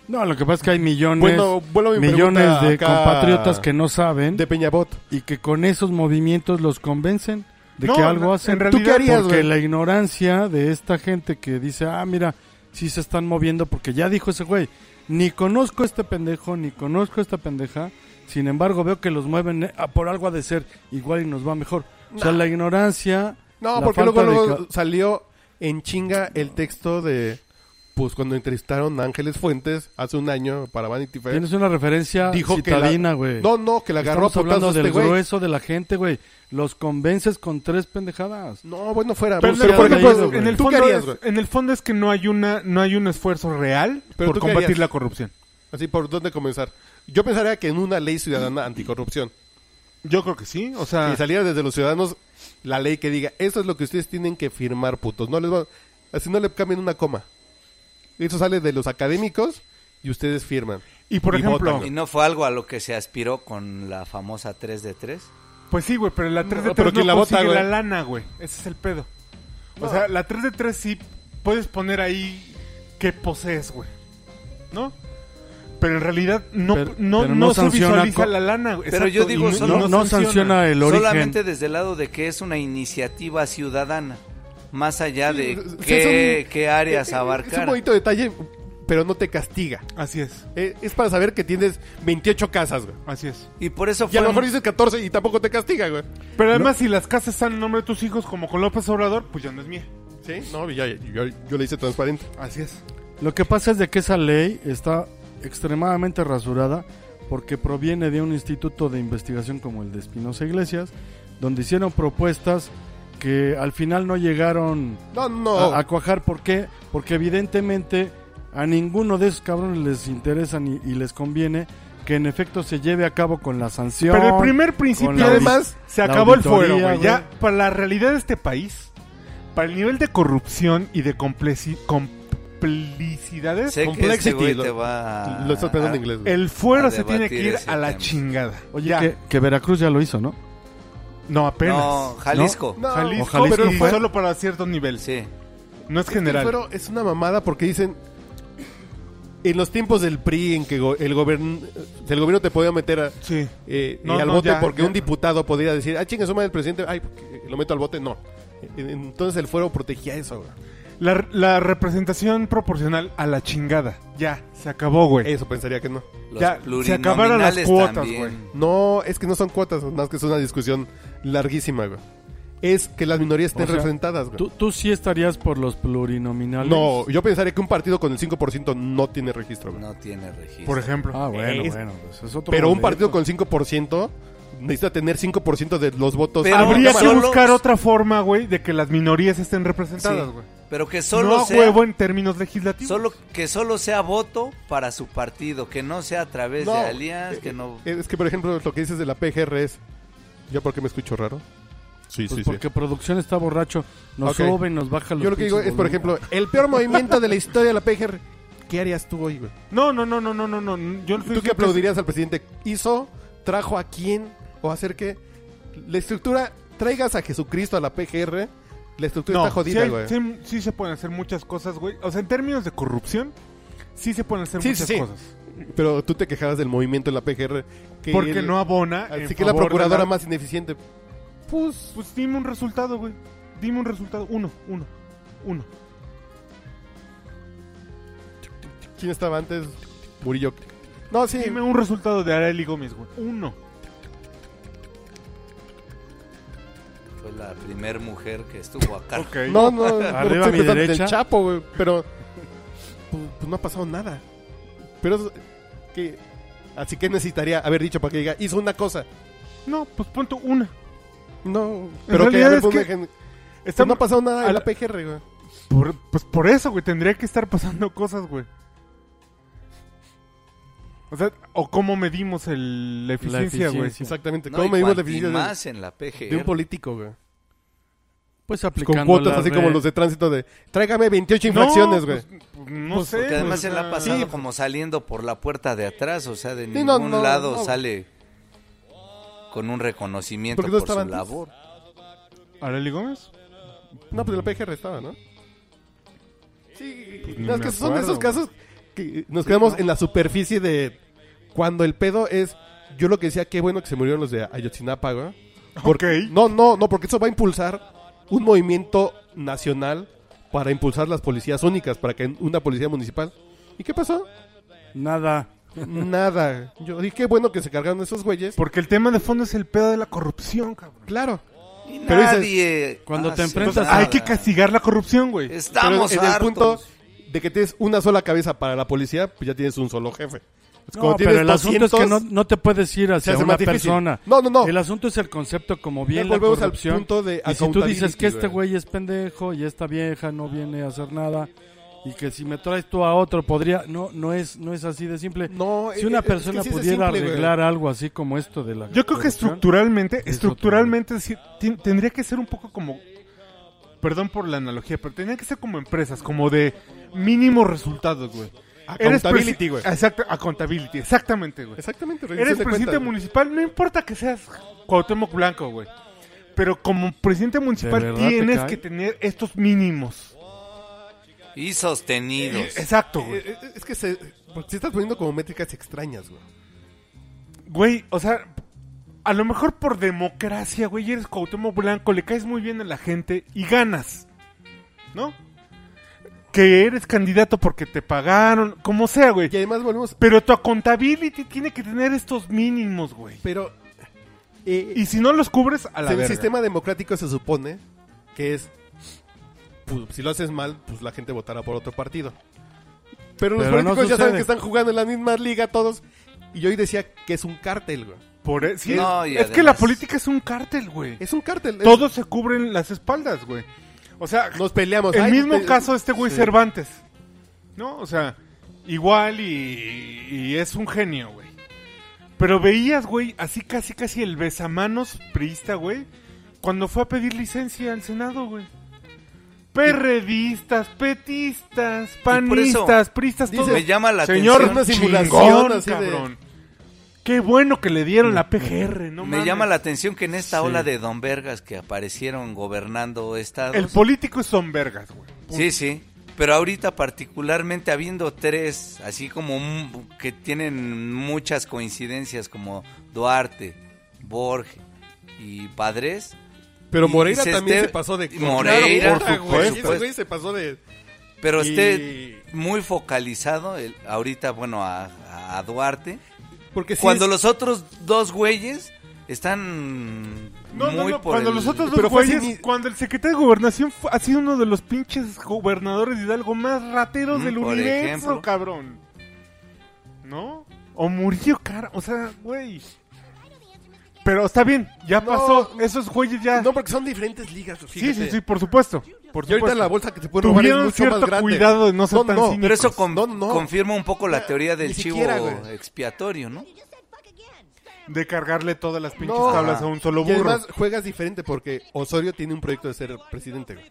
S4: No, lo que pasa es que hay millones,
S2: Bueno, vuelvo a mi
S4: millones
S2: pregunta
S4: de
S2: acá
S4: compatriotas que no saben
S2: De Peñabot.
S4: y que con esos movimientos los convencen de
S3: No,
S4: que algo
S3: en-
S4: hacen.
S3: en realidad-
S2: harías,
S4: porque
S2: güey?
S4: la ignorancia de esta gente que dice, ah, mira, sí se están moviendo porque ya dijo ese güey, ni conozco a este pendejo, ni conozco a esta pendeja, sin embargo veo que los mueven eh, ah, por algo ha de ser, igual y nos va mejor. O sea, la ignorancia...
S2: No,
S4: la
S2: porque luego,
S4: falta de
S2: luego
S4: ca-
S2: salió en chinga el texto de... Pues cuando entrevistaron a Ángeles Fuentes hace un año para Vanity Fair.
S4: Tienes una referencia
S2: dijo que
S4: citadina,
S2: la,
S4: güey.
S2: No, no, que la agarró a
S4: Estamos hablando
S2: putazos
S4: del
S2: este güey.
S4: grueso de la gente, güey. Los convences con tres pendejadas.
S2: No, bueno, fuera.
S3: Pero,
S2: Pero, por
S4: la-
S2: ejemplo,
S4: la-
S2: ¿tú
S4: güey.
S3: en, el
S2: qué
S3: fondo
S2: harías,
S3: es,
S2: güey?
S3: en el fondo es que no hay una, no hay un esfuerzo real
S2: Pero
S3: por
S2: ¿tú qué
S3: combatir
S2: harías?
S3: la corrupción.
S2: Así, ¿por dónde comenzar? Yo pensaría que en una ley ciudadana anticorrupción.
S3: Yo creo que sí, o sea,
S2: Y saliera desde los ciudadanos la ley que diga, esto es lo que ustedes tienen que firmar, putos. No les va- Así no le cambian una coma. Eso sale de los académicos y ustedes firman.
S3: y por
S2: y
S3: ejemplo,
S2: votan,
S1: ¿Y no fue algo a lo que se aspiró con la famosa 3 de 3?
S3: Pues sí, güey, pero la 3 de
S2: No, pero
S3: 3 no,
S2: ¿quién la vota,
S3: consigue
S2: güey?
S3: la lana, güey. Ese es el pedo. O sea, la 3 de 3 sí puedes poner ahí que posees, güey. ¿No? Pero en realidad no,
S4: Pero-
S3: no,
S4: pero
S3: no
S4: no
S3: se
S4: sanciona
S3: visualiza
S4: co-
S3: la lana, güey.
S1: Pero yo digo
S3: y
S1: solo-
S4: No, no sanciona el origen.
S1: Solamente desde el lado de que es una iniciativa ciudadana, más allá de
S2: Sí, es
S1: Eh, qué,
S2: un-
S1: qué
S2: Eh,
S1: áreas
S2: eh, Es un
S1: abarcar.
S2: bonito detalle, pero no te castiga.
S3: Así es,
S2: Eh, es para saber que tienes 28 casas, güey.
S3: así es.
S1: Y por eso
S2: Y a
S1: fue
S2: lo mejor dices 14 y tampoco te castiga, güey.
S3: Pero además, si las casas están en nombre de tus hijos, como con López Obrador, pues ya no es mía.
S2: Sí, no, ya- yo, yo le hice transparente.
S3: Así es.
S4: Lo que pasa es de que esa ley está extremadamente rasurada porque proviene de un instituto de investigación como el de Espinosa Iglesias, donde hicieron propuestas que al final no llegaron
S2: No, no.
S4: a, a cuajar. ¿Por qué? Porque evidentemente a ninguno de esos cabrones les interesa ni, y les conviene que en efecto se lleve a cabo con la sanción.
S3: Pero el primer
S4: con
S3: principio,
S4: la
S3: además,
S4: audit-
S3: se
S4: la
S3: acabó el
S4: auditoría,
S3: fuero, güey.
S4: güey.
S3: Ya, para la realidad de este país, para el nivel de corrupción y de compleci- complicidades,
S1: sé que
S2: Complexity,
S1: este güey
S2: lo-
S1: te va a-
S2: Lo estás pensando
S1: a-
S2: en inglés, güey.
S3: Ah, el fuero
S1: A
S3: se tiene que
S1: debatir
S3: ir
S1: ese
S3: a la
S1: tema.
S3: chingada.
S4: Oye,
S3: Ya.
S4: que, que Veracruz ya lo hizo, ¿no?
S3: No, apenas.
S1: No, Jalisco.
S2: No,
S3: Jalisco,
S4: o Jalisco
S3: pero
S4: fue.
S3: solo para cierto nivel.
S1: Sí.
S3: No es
S2: El
S3: general.
S2: fuero es una mamada porque dicen. En los tiempos del PRI, en que go- el, gobierno el gobierno te podía meter a-
S3: Sí.
S2: eh,
S3: No,
S2: eh, al
S3: no,
S2: bote
S3: ya,
S2: porque
S3: ya.
S2: un diputado podría decir, ah, chinga, suma del presidente, ay, porque lo meto al bote, no. Eh, Entonces el fuero protegía eso, güey.
S3: La, la representación proporcional a la chingada. Ya, se acabó, güey.
S2: Eso pensaría que no.
S1: Los
S3: Ya, se acabaron las
S1: plurinominales
S3: cuotas,
S1: también.
S2: No, es que no son cuotas, más que es una discusión larguísima, güey. Es que las minorías estén
S4: O sea,
S2: representadas, güey.
S4: ¿Tú, tú sí estarías por los plurinominales.
S2: No, yo pensaría que un partido con el 5% no tiene registro, güey.
S1: No tiene registro.
S3: Por ejemplo.
S4: Ah, bueno,
S2: Es-
S4: bueno. pues es otro
S2: Pero un
S4: boleto.
S2: partido con 5% necesita tener 5% de los votos.
S1: Pero-
S2: Ah,
S3: Habría que
S1: solo-
S3: buscar otra forma, güey, de que las minorías estén representadas,
S1: Sí,
S3: güey.
S1: Pero que solo
S3: No a
S1: sea,
S3: huevo en términos legislativos.
S1: solo, que solo sea voto para su partido, que no sea a través
S2: no,
S1: de alianzas, que no...
S2: eh, Es que, por ejemplo, lo que dices de la PGR es... ¿Ya por qué me escucho raro? Sí,
S4: Pues porque producción está borracho. Nos
S2: Ok.
S4: sube y nos baja los
S2: Yo lo que digo
S4: pinches
S2: es, por ejemplo,
S4: volúmenes.
S2: el peor movimiento de la historia de la PGR. ¿Qué harías tú hoy, güey?
S3: No, no, no, no, no, no, no. Yo no estoy
S2: ¿Tú qué
S3: diciendo que-
S2: aplaudirías al presidente? ¿Hizo? ¿Trajo a quién? ¿O hacer qué? La estructura, traigas a Jesucristo a la PGR. La estructura
S3: No,
S2: está jodida,
S3: sí,
S2: güey.
S3: hay- sí- sí se pueden hacer muchas cosas, güey. O sea, en términos de corrupción, sí se pueden hacer
S2: Sí,
S3: muchas
S2: sí, sí.
S3: cosas.
S2: Pero tú te quejabas del movimiento en la PGR. Que
S3: Porque
S2: el-
S3: no abona. en
S2: Así que la
S3: favor de
S2: procuradora
S3: la-
S2: más ineficiente.
S3: Pues, pues dime un resultado, güey. Dime un resultado. Uno, uno, uno.
S2: ¿Quién estaba antes? Murillo. No, sí.
S3: Dime un resultado de Arely Gómez, güey. Uno.
S1: Fue la primer mujer que estuvo acá.
S2: No, no.
S4: Arriba
S2: estoy pensando
S4: mi
S2: en
S4: derecha.
S2: el Chapo, güey. Pero. Pues, pues no ha pasado nada. Pero. es- Que, así que necesitaría haber dicho para que diga, hizo una cosa.
S3: No, pues punto una.
S2: No. Pero que,
S3: realidad
S2: a ver,
S3: es
S2: ponme
S3: que
S2: ejemplo.
S3: Está
S2: no ha pasado nada
S3: a
S2: en
S3: la-
S2: la PGR, güey.
S3: por, pues por eso, güey, tendría que estar pasando cosas, güey. O sea, o cómo medimos el, la eficiencia, güey.
S4: eficiencia.
S2: Exactamente.
S1: No,
S2: ¿Cómo
S1: y
S2: medimos la
S1: cuanti
S2: eficiencia de-
S1: más en la PGR.
S2: de un político, güey?
S4: Pues
S2: Con
S4: aplicando
S2: cuotas
S4: la
S2: así
S4: red.
S2: como los de tránsito de tráigame 28 infracciones, güey.
S3: pues, pues, no
S2: Pues,
S3: sé.
S1: Porque además
S3: pues,
S1: se la ha
S3: ah,
S1: pasado
S3: sí,
S1: como saliendo por la puerta de atrás, o sea, de
S2: Sí,
S1: ningún
S2: no, no,
S1: lado
S2: no.
S1: sale con un reconocimiento
S2: Porque
S1: por,
S2: no
S1: su
S2: estaba antes.
S1: labor.
S3: ¿Arely Gómez?
S2: No, pues la PGR estaba, ¿no? Sí,
S3: Pues ni
S2: no, es
S3: me
S2: que son de
S3: acuerdo,
S2: esos casos que nos quedamos en la superficie de cuando el pedo es. Yo lo que decía, qué bueno que se murieron los de Ayotzinapa, güey. Porque,
S3: Ok.
S2: No, no, no, porque eso va a impulsar un movimiento nacional para impulsar las policías únicas, para que una policía municipal. ¿Y qué pasó?
S4: Nada.
S2: Nada. Yo dije, qué bueno que se cargaron esos güeyes.
S3: Porque el tema de fondo es el pedo de la corrupción, cabrón.
S2: Claro.
S1: Y
S2: Pero dices,
S1: nadie
S4: cuando te
S1: hace
S4: enfrentas
S1: nada.
S4: a-
S3: Hay que castigar la corrupción, güey.
S1: Estamos
S2: pero en el
S1: hartos.
S2: punto de que tienes una sola cabeza para la policía, pues ya tienes un solo jefe. Es
S4: No,
S2: como tienes
S4: pero el asunto es que
S2: 200,
S4: no, no te puedes ir
S2: se
S4: hacia
S2: hace
S4: una
S2: más difícil.
S4: persona.
S2: No, no, no.
S4: El asunto es el concepto, como bien
S2: Ya
S4: la
S2: volvemos al
S4: corrupción.
S2: punto de
S4: y si tú dices
S2: accountability,
S4: que este
S2: güey.
S4: güey es pendejo y esta vieja no viene a hacer nada y que si me traes tú a otro podría... No, no es, no es así de simple.
S2: No,
S4: si
S2: eh,
S4: una
S2: es que
S4: persona
S2: sí es
S4: pudiera
S2: simple, güey.
S4: arreglar algo así como esto de la
S3: Yo creo que
S4: corrupción,
S3: estructuralmente,
S4: otro
S3: estructuralmente sí, ti- tendría que ser un poco como, perdón por la analogía, pero tendría que ser como empresas, como de mínimos resultados, güey. Eres
S2: Accountability,
S3: presi-
S2: güey.
S3: Exacto, accountability, exactamente, güey.
S2: Exactamente. rendición
S3: Eres
S2: Pues, de
S3: presidente
S2: cuentas, güey.
S3: municipal, no importa que seas Cuauhtémoc Blanco, güey. Pero como presidente municipal
S4: verdad te
S3: tienes
S4: cae?
S3: que tener estos mínimos.
S1: Y sostenidos.
S3: Exacto, güey.
S2: Eh, eh, Es que se, porque se estás poniendo como métricas extrañas, güey.
S3: Güey, o sea, a lo mejor por democracia, güey, eres Cuauhtémoc Blanco, le caes muy bien a la gente y ganas, ¿no? Que eres candidato porque te pagaron, como sea, güey.
S2: Y además volvemos,
S3: Pero tu accountability tiene que tener estos mínimos, güey.
S2: pero... eh,
S3: Y si no los cubres, a la
S2: el
S3: verga.
S2: sistema democrático se supone que es... pues, si lo haces mal, pues la gente votará por otro partido. Pero los
S4: Pero no
S2: políticos ya saben
S4: sucede.
S2: que están jugando en la misma liga todos. Y hoy decía que es un cártel, güey.
S3: Por e- sí,
S1: No,
S3: es,
S1: y
S3: es que la
S1: además-
S3: política es un cártel, güey.
S2: Es un cártel. es-
S3: Todos se cubren las espaldas, güey. O sea,
S2: Nos peleamos.
S1: pues
S3: el
S2: Ay,
S3: mismo
S2: te-
S3: caso de este güey
S2: Sí.
S3: Cervantes. ¿No? O sea, igual y, y es un genio, güey. Pero veías, güey, así casi casi el besamanos priista, güey, cuando fue a pedir licencia al Senado, güey. Perredistas, petistas,
S1: por eso
S3: panistas, pristas,
S2: dices,
S3: todos.
S1: Me llama la
S3: Señor,
S2: una
S1: atención.
S2: simulación
S3: chingón,
S2: así de-
S3: cabrón. Qué bueno que le dieron la PGR, no
S1: me
S3: mames.
S1: llama la atención que en esta ola de don vergas que aparecieron gobernando estados.
S3: El político es son vergas, güey.
S1: Sí, sí. Pero ahorita particularmente habiendo tres, así como un- que tienen muchas coincidencias como Duarte, Borges y Padres.
S2: Pero
S1: Y-
S2: Moreira
S1: y se
S2: también
S1: esté-
S2: se pasó de...
S1: Moreira,
S2: Claro,
S1: por
S2: güey.
S1: supuesto.
S2: Ese güey se pasó de...
S1: Pero
S2: Y-
S1: esté muy focalizado el- ahorita, bueno, a, a Duarte.
S2: Porque sí
S1: cuando
S2: es-
S1: los otros dos güeyes están
S3: No, no,
S1: muy
S3: no,
S1: por
S3: cuando
S1: el-
S3: los otros
S2: Pero
S3: dos
S2: fue así
S3: güeyes,
S2: ni-
S3: cuando el secretario de gobernación fu- ha sido uno de los pinches gobernadores de Hidalgo más rateros
S1: Mm,
S3: del
S1: por
S3: universo,
S1: ejemplo.
S3: cabrón. ¿No? O Murillo Cara, o sea, güey. Pero está bien, ya
S2: No.
S3: pasó. Esos güeyes ya.
S2: No, porque son diferentes ligas.
S3: sí,
S2: fíjate.
S3: sí, sí, por supuesto. Por
S2: Y ahorita
S3: supuesto.
S2: la bolsa que se puede robar es
S3: Tuvieron
S2: mucho más
S3: cierto
S2: grande.
S3: cuidado de no ser tan cínicos.
S1: Pero eso con-
S2: No, no.
S1: confirma un poco la teoría del
S2: Ni
S1: chivo
S2: siquiera, güey.
S1: expiatorio, ¿no?
S3: De cargarle todas las pinches
S2: No.
S3: tablas a un solo
S2: Y
S3: burro.
S2: además juegas diferente porque Osorio tiene un proyecto de ser presidente. güey.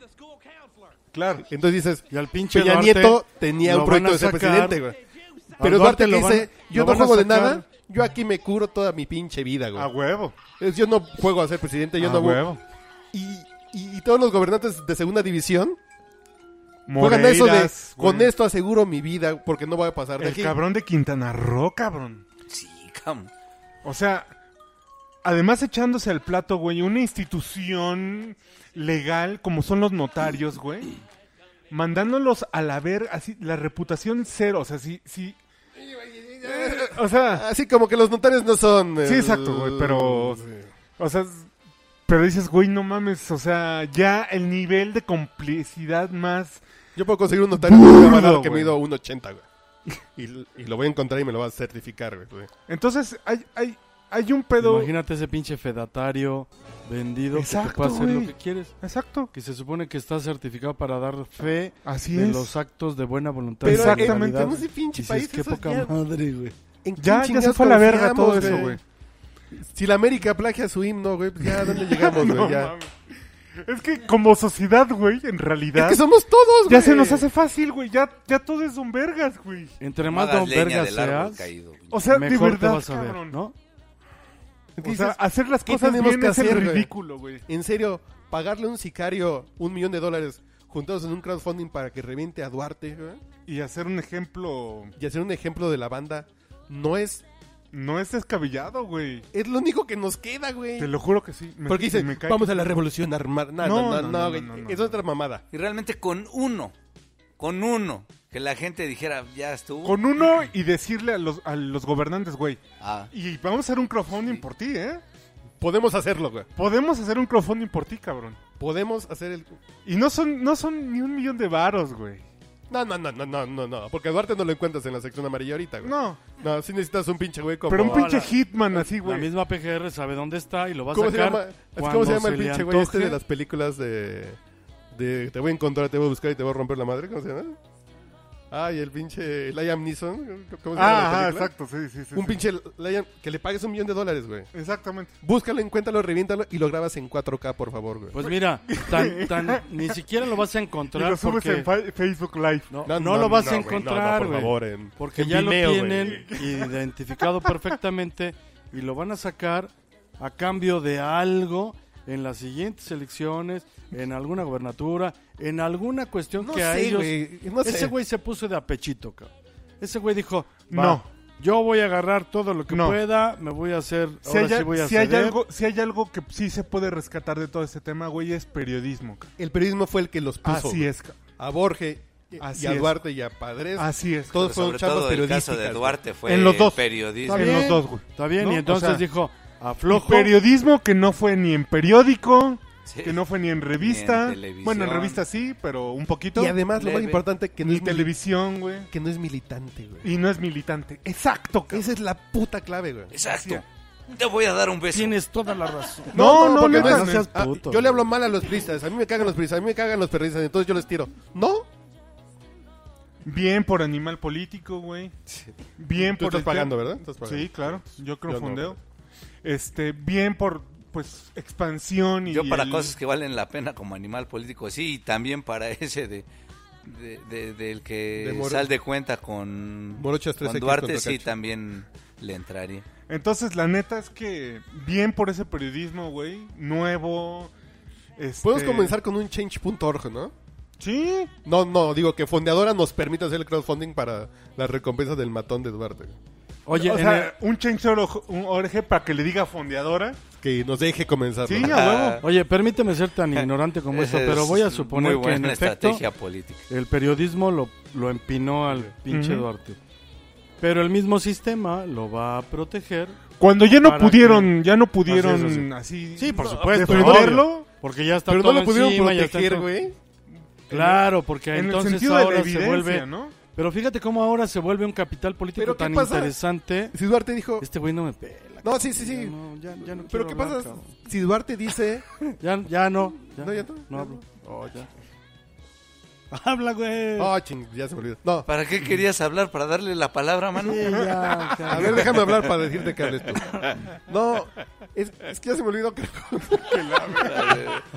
S3: claro.
S2: Entonces dices,
S4: Y al pinche
S2: Peña
S4: Duarte
S2: Nieto tenía
S4: lo
S2: un proyecto
S4: van a
S2: de ser
S4: sacar.
S2: presidente, güey.
S4: Al
S2: Pero Duarte, le
S4: lo van-
S2: dice, yo
S4: lo
S2: no
S4: van a
S2: juego de
S4: sacar.
S2: nada, yo aquí me curo toda mi pinche vida, güey.
S3: A huevo.
S2: Es, yo no juego a ser presidente, yo
S3: a
S2: no voy-
S3: Ah, huevo.
S2: Y, y- y todos los gobernantes de segunda división juegan
S3: Moreiras,
S2: eso de,
S3: güey.
S2: con esto aseguro mi vida porque no voy a pasar de
S3: El
S2: aquí.
S3: cabrón de Quintana Roo, cabrón.
S1: Sí, cabrón.
S3: O sea, además echándose al plato, güey, una institución legal como son los notarios, güey, mandándolos a la ver, así, la reputación cero, o sea, sí, sí. O sea,
S2: Así como que los notarios no son...
S3: sí,
S2: el-
S3: exacto, güey, pero, o sea, es- pero dices, güey, no mames, o sea, ya el nivel de complicidad más,
S2: Yo puedo conseguir un notario
S3: Burdo,
S2: que me va a dar que
S3: güey.
S2: mido 1.80, güey. Y, y lo voy a encontrar y me lo va a certificar, güey.
S3: entonces hay, hay, hay un pedo,
S4: Imagínate ese pinche fedatario vendido que te
S3: Exacto,
S4: puede hacer
S3: güey.
S4: lo que quieres.
S3: exacto,
S4: Que se supone que está certificado para dar fe
S3: así
S4: de
S3: es.
S4: los actos de buena voluntad. y
S2: Pero
S3: Exactamente.
S2: exactamente.
S4: legalidad.
S2: En ese pinche
S4: Dices,
S2: país
S4: qué
S2: eso
S4: poca
S2: ya-
S4: madre, güey.
S2: ¿en quién
S3: Ya, ya se
S2: chingados
S3: fue a la verga
S2: confiamos,
S3: todo eso, güey.
S2: Si la América plagia su himno, güey, pues ya, ¿a ¿dónde llegamos, güey?
S3: No
S2: Ya.
S3: mames. Es que como sociedad, güey, en realidad.
S2: Es que somos todos, güey.
S3: Ya se nos hace fácil, güey. Ya, ya todo es un vergas, güey.
S4: Entre
S1: No
S4: más
S1: hagas
S4: don
S1: leña
S4: verga
S1: del árbol
S4: seas,
S1: caído.
S3: O sea, de
S4: mejor te
S3: verdad,
S4: vas a ver,
S3: cabrón.
S4: ¿no?
S3: O sea,
S2: Entonces,
S3: hacer las
S2: ¿qué
S3: cosas
S2: tenemos
S3: bien
S2: que
S3: es el
S2: hacer, güey?
S3: ridículo, güey.
S2: en serio, pagarle a un sicario un millón de dólares juntados en un crowdfunding para que reviente a Duarte, güey,
S3: Y hacer un ejemplo
S2: y hacer un ejemplo de la banda, no es...
S3: no es descabellado, güey.
S2: Es lo único que nos queda, güey.
S3: Te lo juro que sí. Me-
S2: Porque dice,
S3: me cae-
S2: vamos a la revolución a armar. No, no, no, no,
S3: no,
S2: güey,
S3: no, no,
S2: es
S3: no.
S2: otra mamada.
S1: Y realmente con uno, con uno, que la gente dijera, ya estuvo.
S3: Con uno y decirle a los, a los gobernantes, güey.
S1: Ah,
S3: Y vamos a hacer un crowdfunding por ti, ¿eh?
S2: Podemos hacerlo, güey.
S3: Podemos hacer un crowdfunding por ti, cabrón.
S2: Podemos hacer el.
S3: Y no son, no son ni un millón de varos, güey.
S2: No, no, no, no, no, no, no. Porque a Duarte no lo encuentras en la sección amarilla ahorita, güey.
S3: No.
S2: No, sí necesitas un pinche güey como.
S3: Pero un pinche
S4: la-
S3: hitman así, güey.
S4: La misma PGR sabe dónde está y lo va a
S2: ¿Cómo
S4: sacar.
S2: se llama? Así, ¿Cómo
S4: cuando
S2: se llama el
S4: se le
S2: pinche güey este
S4: antoje?
S2: de las películas de. de te voy a encontrar, te voy a buscar y te voy a romper la madre? ¿Cómo se llama? Ah, y el pinche Liam Neeson. ¿Cómo se llama? la
S3: Ah, ajá,
S2: película?
S3: exacto, sí, sí, sí.
S2: Un
S3: sí.
S2: pinche Liam que le pagues un millón de dólares, güey.
S3: Exactamente.
S2: Búscalo, encuéntralo, reviéntalo y lo grabas en 4K, por favor, güey.
S4: Pues mira, tan, tan, ni siquiera lo vas a
S3: Y
S4: encontrar
S3: lo subes
S4: porque
S3: en fa- Facebook Live.
S4: no, no lo vas a encontrar,
S2: güey.
S4: güey.
S2: por favor, en-
S4: porque
S2: en
S4: ya
S2: Vimeo,
S4: lo
S2: güey.
S4: tienen identificado perfectamente y lo van a sacar a cambio de algo en las siguientes elecciones, en alguna gobernatura, en alguna cuestión
S2: No
S4: que a
S2: sé,
S4: ellos
S2: güey, no sé.
S4: Ese güey se puso de apechito, cabrón. Ese güey dijo, "Va,
S3: No.
S4: Yo voy a agarrar todo lo que
S3: No.
S4: pueda, me voy a hacer.
S3: Si
S4: ahora
S3: hay,
S4: sí voy a
S3: si, hay
S4: ceder".
S3: algo, si hay algo que sí se puede rescatar de todo este tema, güey, es periodismo. ca-
S2: El periodismo fue el que los puso.
S3: Así es, ca-
S2: A Borges, y-
S3: Así
S2: y a
S3: es.
S2: Duarte y a Padres.
S3: así es. ca-
S2: Todos
S1: pero
S2: fueron
S1: sobre
S2: chambas
S1: todo el caso
S2: periodísticas.
S1: de Duarte fue
S3: En los dos.
S1: periodismo.
S4: Está
S3: En los
S4: bien,
S3: dos, güey.
S4: Está bien,
S3: ¿No?
S4: y entonces
S3: O sea,
S4: dijo, aflojo.
S3: Periodismo que no fue ni en periódico,
S1: Sí.
S3: que no fue ni en revista.
S1: televisión.
S3: bueno, en revista sí, pero un poquito.
S2: Y además, lo más
S1: Leve.
S2: importante, que no,
S3: ni
S2: es mili-
S3: televisión, güey.
S2: que no es militante, güey.
S3: Y no es militante. Exacto, ca-
S2: Esa es la puta clave, güey.
S1: Exacto. Te voy a dar un beso.
S4: Tienes toda la razón.
S3: No, no,
S2: porque
S3: neta,
S2: es-
S4: no seas
S2: ah,
S4: puto,
S2: yo le
S4: güey.
S2: hablo mal a los pristas. A mí me cagan los pristas. A mí me cagan los perristas. Entonces yo les tiro. No.
S3: Bien por animal político, güey. Bien
S2: Tú
S3: por
S2: estás
S3: el
S2: pagando,
S3: tema-
S2: ¿verdad? Estás pagando.
S3: Sí, claro. Yo creo
S2: Yo no,
S3: fondeo. Este, bien por pues expansión y
S1: Yo para
S3: el-
S1: cosas que valen la pena como animal político, sí, y también para ese de, de- de- del que
S2: De Moro-
S1: sal de cuenta con,
S2: Morochas 3X
S1: con Duarte,
S2: contra
S1: sí,
S2: Cacho.
S1: también le entraría.
S3: Entonces, la neta es que bien por ese periodismo, güey, nuevo. este-
S2: Podemos comenzar con un change.org, ¿no?
S3: Sí.
S2: No, no, digo que Fondeadora nos permite hacer el crowdfunding para las recompensas del matón de Duarte.
S4: Oye,
S3: o
S4: en
S3: sea, un change.org para que le diga fondeadora.
S2: Que nos deje comenzar.
S3: Sí,
S2: ¿no?
S3: a huevo.
S4: el- oye, permíteme ser tan ignorante como eso,
S1: Esa es
S4: pero voy a suponer
S1: muy
S4: que
S1: buena
S4: en efecto
S1: estrategia política.
S4: el periodismo lo, lo empinó al pinche
S3: Ujú.
S4: Duarte. Pero el mismo sistema lo va a proteger.
S3: Cuando ya no
S4: Para
S3: pudieron, ya no
S4: Así es,
S3: pudieron así.
S4: Sí, por
S3: no,
S4: supuesto,
S3: defenderlo.
S4: Porque ya está
S2: Pero no
S4: todo
S2: lo pudieron
S4: encima, ya está
S2: proteger,
S4: todo-
S2: güey.
S4: Claro, porque
S3: En el
S4: entonces
S3: sentido de la
S4: ahora
S3: evidencia,
S4: se vuelve...
S3: ¿no?
S4: Pero fíjate cómo ahora se vuelve un capital político
S2: ¿Pero qué
S4: tan
S2: pasa?
S4: interesante.
S2: Si Duarte dijo,
S4: Este güey no me pela.
S2: No, sí, sí, sí.
S4: Ya no, ya, ya no
S2: Pero
S4: quiero
S2: ¿qué
S4: hablar,
S2: pasa
S4: cabrón.
S2: si Duarte dice...
S4: Ya, ya no. Ya
S2: No, ya no,
S4: no.
S2: ya
S4: hablo.
S2: no.
S4: Oh, ya. Habla, güey.
S2: Oh, ching, ya se me olvidó. No,
S1: ¿Para qué querías hablar? ¿Para darle la palabra, mano?
S4: Sí, ya, ya.
S2: a ver, déjame hablar para decirte que hables tú. No, es, es que ya se me olvidó que...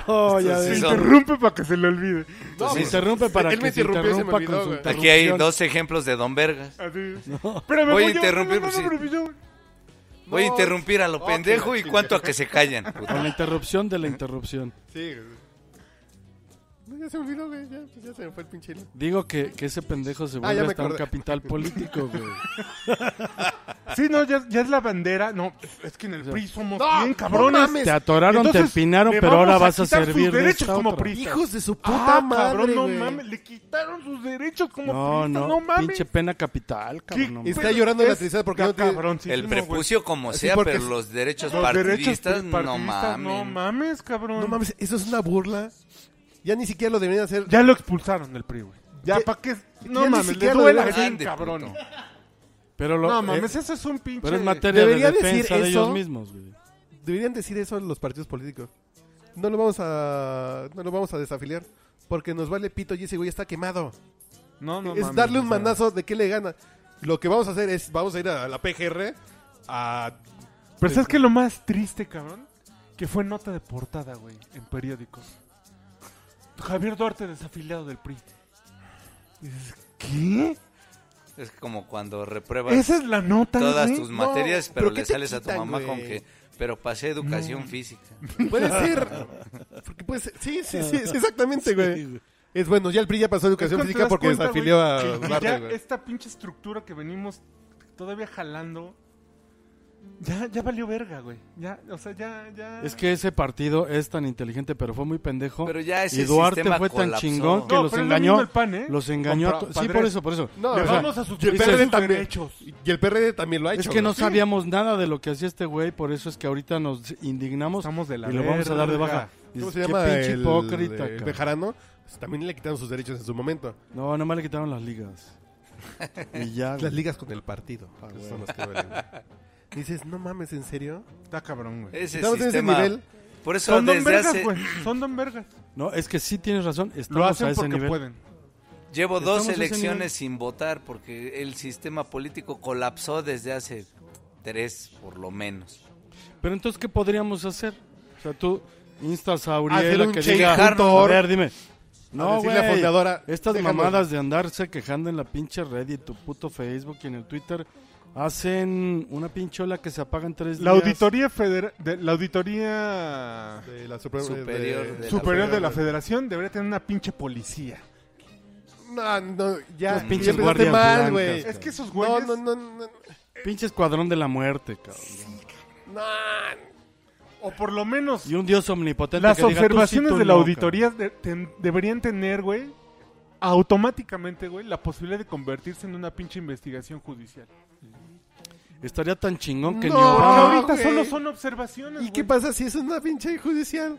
S4: Oh, ya
S1: Sí,
S4: ves.
S1: son-
S3: Interrumpe para que se le olvide.
S2: No,
S4: Se
S2: pues,
S4: interrumpe para
S2: él
S4: que
S2: me
S4: se
S2: interrumpió y se me
S4: interrumpa
S2: olvidó,
S4: con su
S2: güey.
S1: Aquí hay
S4: interrupción.
S1: dos ejemplos de Don Vergas.
S3: Así. Pero me
S1: Voy a
S3: yo,
S1: interrumpir,
S3: no, no,
S1: sí.
S3: no, pero yo-
S1: Voy a
S2: No,
S1: interrumpir a lo
S2: no,
S1: pendejo
S2: que la
S1: y cuánto a que se callan. puta.
S4: Con la interrupción de la interrupción.
S2: Sí. No, ya se me olvidó, güey. Ya, pues ya se me fue el pinche hilo.
S4: Digo que, que ese pendejo
S3: Ah,
S4: se
S2: ya
S4: vuelve
S2: me
S4: hasta un
S2: acordé.
S4: capital político, güey.
S3: Sí, no, ya, ya es la bandera. No, es que en el PRI somos
S2: No,
S3: bien
S2: no
S3: cabrones.
S2: mames.
S4: Te atoraron, te
S3: Entonces,
S4: empinaron,
S3: le
S4: pero ahora
S3: vamos
S4: vas a
S3: quitar sus
S4: servir de
S3: derechos
S4: esta
S3: como
S4: otra.
S3: pristas.
S2: Hijos de su puta
S3: Ah,
S2: madre,
S3: cabrón, no
S2: güey.
S3: mames, le quitaron sus derechos como
S4: No,
S3: pristas,
S4: no,
S3: no mames.
S4: pinche pena capital, cabrón. no
S2: Y Está
S3: Pero
S2: llorando de la
S3: es
S2: tristeza porque no tiene-
S3: cabroncísimo,
S1: El
S3: güey.
S1: prepucio como
S2: Así
S1: sea,
S2: porque
S1: pero
S2: es-
S1: los derechos
S3: Los derechos
S1: partidistas, no
S3: partidistas, no
S1: mames.
S3: mames, cabrón.
S2: No mames, eso es una burla. Ya ni siquiera lo deberían hacer.
S3: Ya lo expulsaron del PRI, güey. Ya,
S2: Ya-
S3: ¿para qué?
S2: ya
S3: No
S2: ni
S3: mames, le
S2: siquiera lo
S3: duele
S2: dejan
S3: bien,
S1: de
S3: cabrón.
S1: puto.
S4: Pero, lo-
S3: No
S4: eh,
S3: mames, eso es un pinche...
S4: pero es materia de
S2: Debería decir
S4: defensa de
S2: eso.
S4: ellos mismos, güey.
S2: Deberían decir eso a los partidos políticos. No lo vamos a no lo vamos a desafiliar porque nos vale pito y ese güey está quemado.
S3: No, no
S2: es
S3: mames,
S2: darle
S3: o
S2: un
S3: sea,
S2: manazo de qué le gana. Lo que vamos a hacer es vamos a ir a la PGR a
S3: Pero ¿sabes qué es lo más triste, cabrón? Que fue nota de portada, güey, en periódicos. Javier Duarte desafiliado del PRI. Y dices, ¿Qué?
S1: Es como cuando repruebas
S3: Esa es la nota,
S1: todas
S3: güey?
S1: tus materias,
S2: No,
S1: pero
S2: ¿pero qué
S1: le
S2: te
S1: sales a tu
S2: quitan,
S1: mamá
S2: güey?
S1: con que... Pero pasé educación física.
S2: puede ser. Porque puede ser. Sí, sí, sí, sí, exactamente, güey. Es bueno, ya el PRI ya pasó
S3: Es
S2: educación
S3: cuando te
S2: física
S3: das
S2: porque
S3: cuenta,
S2: desafilió
S3: güey,
S2: a
S3: que
S2: Duarte,
S3: ya
S2: güey.
S3: Esta pinche estructura que venimos todavía jalando. Ya, ya valió verga, güey. Ya, o sea, ya, ya.
S4: Es que ese partido es tan inteligente, pero fue muy pendejo.
S1: Pero ya ese
S4: y Duarte
S1: sistema
S4: fue tan
S1: colapsó.
S4: chingón que
S3: No,
S4: los
S3: pero es lo mismo
S4: engañó.
S3: el PAN, ¿eh?
S4: Los engañó.
S3: Con pa-
S4: a to- sí,
S3: padres.
S4: por eso, por eso.
S2: No,
S3: Le
S2: o sea,
S3: vamos a
S2: y el
S3: sustituir
S2: PRD
S3: sus
S2: también.
S3: derechos.
S2: Y el PRD también lo ha hecho.
S4: Es que no
S2: güey.
S4: sabíamos nada de lo que hacía este güey, por eso es que ahorita nos indignamos
S3: Estamos de la
S4: y lo vamos a dar de
S3: verga.
S4: baja. Dices,
S2: ¿Cómo se
S4: "Qué
S2: llama?
S4: pinche
S2: el,
S4: hipócrita,
S2: el
S4: cabrón".
S2: Bejarano. También le quitaron sus derechos en su momento.
S4: No, nomás le quitaron las ligas. y ya.
S2: Las
S4: güey.
S2: ligas con el partido. que son las que duelen, güey. Dices, no mames, ¿en serio?
S3: Está cabrón, güey.
S1: Ese
S2: Estamos en ese
S1: sistema...
S2: nivel.
S1: Por eso
S3: Son don
S1: desde
S3: vergas,
S1: hace...
S3: güey. Son don vergas.
S4: No, es que sí tienes razón, estamos
S3: Lo hacen
S4: a ese
S3: porque
S4: nivel.
S3: pueden.
S1: Llevo dos
S4: Estamos a ese nivel.
S1: elecciones sin votar porque el sistema político colapsó desde hace tres, por lo menos.
S4: Pero entonces, ¿qué podríamos hacer? O sea, tú instas a
S2: Hacer
S4: Uriel a
S2: un
S4: que
S2: change
S4: diga...
S1: punto
S4: A
S2: org".
S4: ver, dime.
S2: A
S4: No,
S2: decirle
S4: güey.
S2: a fundadora,
S4: Estas
S2: déjanos.
S4: mamadas de andarse quejando en la pinche red y en tu puto Facebook y en el Twitter hacen una pinchola que se apaga en tres
S3: La
S4: días.
S3: auditoría federal. La auditoría.
S2: De la Suprema-
S1: Superior de la
S3: Superior de la Federación debería tener una pinche policía.
S2: No, no, ya. ya
S4: Los pinches
S2: empezaste
S4: guardias blancas,
S2: mal, güey.
S4: cabrón.
S3: Es que esos
S2: No,
S3: güeyes.
S2: no, no, no.
S4: Pinche escuadrón de la muerte, cabrón.
S2: no.
S3: O por lo menos.
S4: Y un dios omnipotente
S3: Las
S4: que diga, tú sí,
S3: observaciones
S4: tú
S3: de la
S4: no,
S3: auditoría de- ten- deberían tener, güey, automáticamente, güey, la posibilidad de convertirse en una pinche investigación judicial.
S4: cabrón. Estaría tan chingón que
S2: No,
S4: ni
S3: Porque
S4: Obama-
S2: no,
S3: ahorita
S2: güey.
S3: solo son observaciones.
S2: ¿Y qué
S3: güey.
S2: pasa si es una pinche judicial?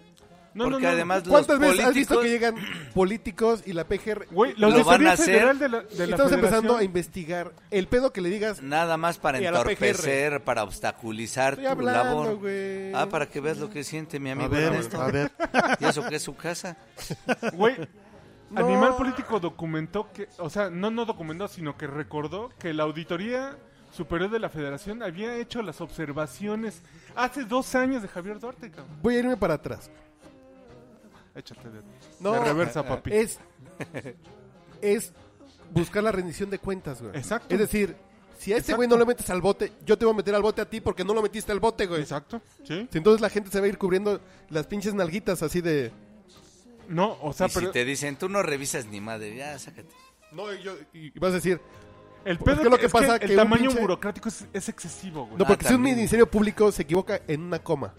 S3: No, no,
S1: porque
S3: no.
S1: además los
S2: ¿Cuántas veces has visto
S1: políticos...
S2: que llegan políticos y la PGR?
S3: Güey,
S1: lo
S3: la
S1: van
S3: auditoría
S1: a hacer?
S3: federal de la, de la
S2: Estamos empezando a
S3: federación-
S2: investigar. El pedo que le digas.
S1: Nada más para
S2: Y a la
S1: entorpecer, para obstaculizar
S2: Estoy
S1: tu
S2: hablando,
S1: labor.
S2: güey.
S1: Ah, para que veas lo que siente mi
S4: A
S1: amigo
S4: ver,
S1: Ernesto.
S4: a ver.
S1: Y eso que es su casa.
S3: Güey,
S2: No.
S3: Animal Político documentó que, o sea, no no documentó, sino que recordó que la Auditoría Superior de la Federación había hecho las observaciones hace dos años de Javier Duarte, cabrón.
S2: Voy a irme para atrás.
S3: Échate de,
S2: No. Eh,
S3: de reversa, papi.
S2: Es, es buscar la rendición de cuentas, güey.
S3: Exacto.
S2: Es decir, si a este
S3: Exacto.
S2: güey no lo metes al bote, yo te voy a meter al bote a ti porque no lo metiste al bote, güey.
S3: Exacto, sí.
S2: Si Entonces la gente se va a ir cubriendo las pinches nalguitas así de...
S3: No, o sea,
S1: y
S3: pero
S1: si te dicen, tú no revisas ni madre, ya, sácate.
S2: No, y yo... Y vas a decir...
S3: el
S2: Pues
S3: pedo
S2: es que lo que
S3: es
S2: pasa
S3: que
S2: que
S3: el
S2: un
S3: tamaño
S2: pinche-
S3: burocrático es, es excesivo, güey.
S2: No,
S1: Ah,
S2: porque si un
S1: también.
S2: ministerio público se equivoca en una coma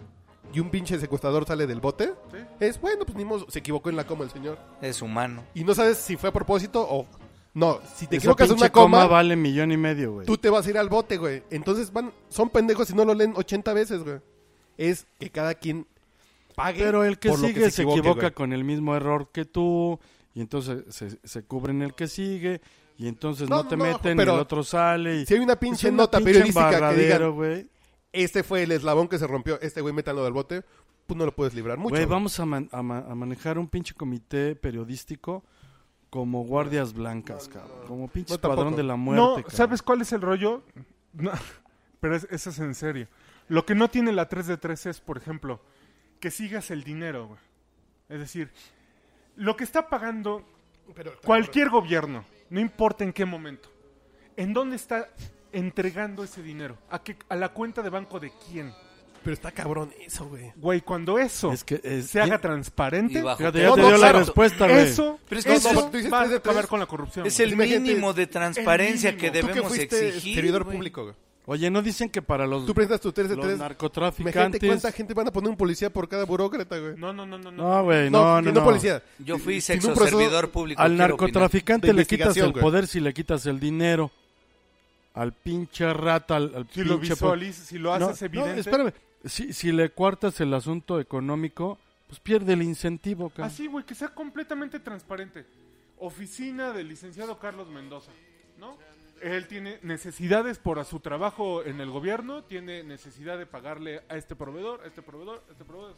S2: y un pinche secuestrador sale del bote,
S3: Sí.
S2: es bueno, pues ni modo, se equivocó en la coma el señor.
S1: Es humano.
S2: Y no sabes si fue a propósito o... No, si te
S4: Esa
S2: equivocas en
S4: pinche
S2: una coma,
S4: vale millón y medio, güey.
S2: tú te vas a ir al bote, güey. Entonces van, son pendejos si no lo leen 80 veces, güey. Es que cada quien pague.
S4: Pero el que
S2: por lo
S4: sigue se
S2: equivoque,
S4: equivoca
S2: güey.
S4: con el mismo error que tú, y entonces se, se cubren el que sigue, y entonces no,
S2: No,
S4: te
S2: no,
S4: meten,
S2: pero
S4: el otro sale. Y...
S2: Si hay una pinche
S4: Es una
S2: nota
S4: pinche
S2: periodística que
S4: embarradero,
S2: diga
S4: güey.
S2: Este fue el eslabón que se rompió. Este güey, métanlo del bote. Pues no lo puedes librar mucho.
S4: Güey,
S2: güey.
S4: vamos a, man- a ma- a manejar un pinche comité periodístico como guardias blancas, cabrón. Como pinche
S2: No, tampoco.
S4: escuadrón de la muerte.
S3: No,
S4: cabrón.
S3: ¿sabes cuál es el rollo? No, pero es- eso es en serio. Lo que no tiene la 3 de 3 es, por ejemplo, que sigas el dinero, güey. Es decir, lo que está pagando
S2: Pero-
S3: cualquier gobierno, no importa en qué momento, ¿en dónde está entregando ese dinero? ¿A, qué- a la cuenta de banco de quién?
S2: Pero está cabrón eso, güey.
S3: Güey, cuando eso
S4: Es que es-
S3: se haga
S4: y-
S3: transparente,
S1: Y bajo-
S4: Fíjate, ya
S1: No,
S4: te
S1: no,
S4: dio la
S1: claro.
S4: respuesta, güey.
S3: eso,
S1: Pero es que
S3: eso
S1: no,
S2: tú dices
S3: va a
S2: 3 de 3.
S3: acabar con la corrupción.
S1: Es
S3: güey.
S1: el
S2: Pues Imagínate,
S1: mínimo de transparencia
S3: el
S1: que
S3: mínimo.
S2: Tú que
S1: debemos
S2: fuiste
S1: exigir.
S2: servidor
S1: güey.
S2: público, güey.
S4: Oye, ¿no dicen que para los,
S2: Tú presentas tu 3 de
S4: los
S2: 3. Imagínate
S4: narcotraficantes...
S2: cuánta gente van a poner un policía por cada burócrata, güey.
S3: No, no, no, no. no.
S4: No, güey, no, Eh, no,
S2: y
S4: no.
S2: policía.
S1: Yo fui
S2: Sin un
S1: sexo
S2: proceso-
S1: servidor público.
S4: Al
S1: quiero
S4: narcotraficante
S2: opinar.
S4: le
S2: De
S4: quitas el
S2: investigación, güey.
S4: poder si le quitas el dinero. Al pinche rata, al, al
S3: Si
S4: pinche...
S3: lo
S4: po-
S3: visualizas, si lo
S4: No,
S3: haces
S4: no,
S3: evidente.
S4: espérame. Si, si le cuartas el asunto económico, pues pierde el incentivo, cabrón.
S3: Así, güey, que sea completamente transparente. Oficina del licenciado Carlos Mendoza, ¿no? Él tiene necesidades por a su trabajo en el gobierno, tiene necesidad de pagarle a este proveedor, a este proveedor, a este proveedor,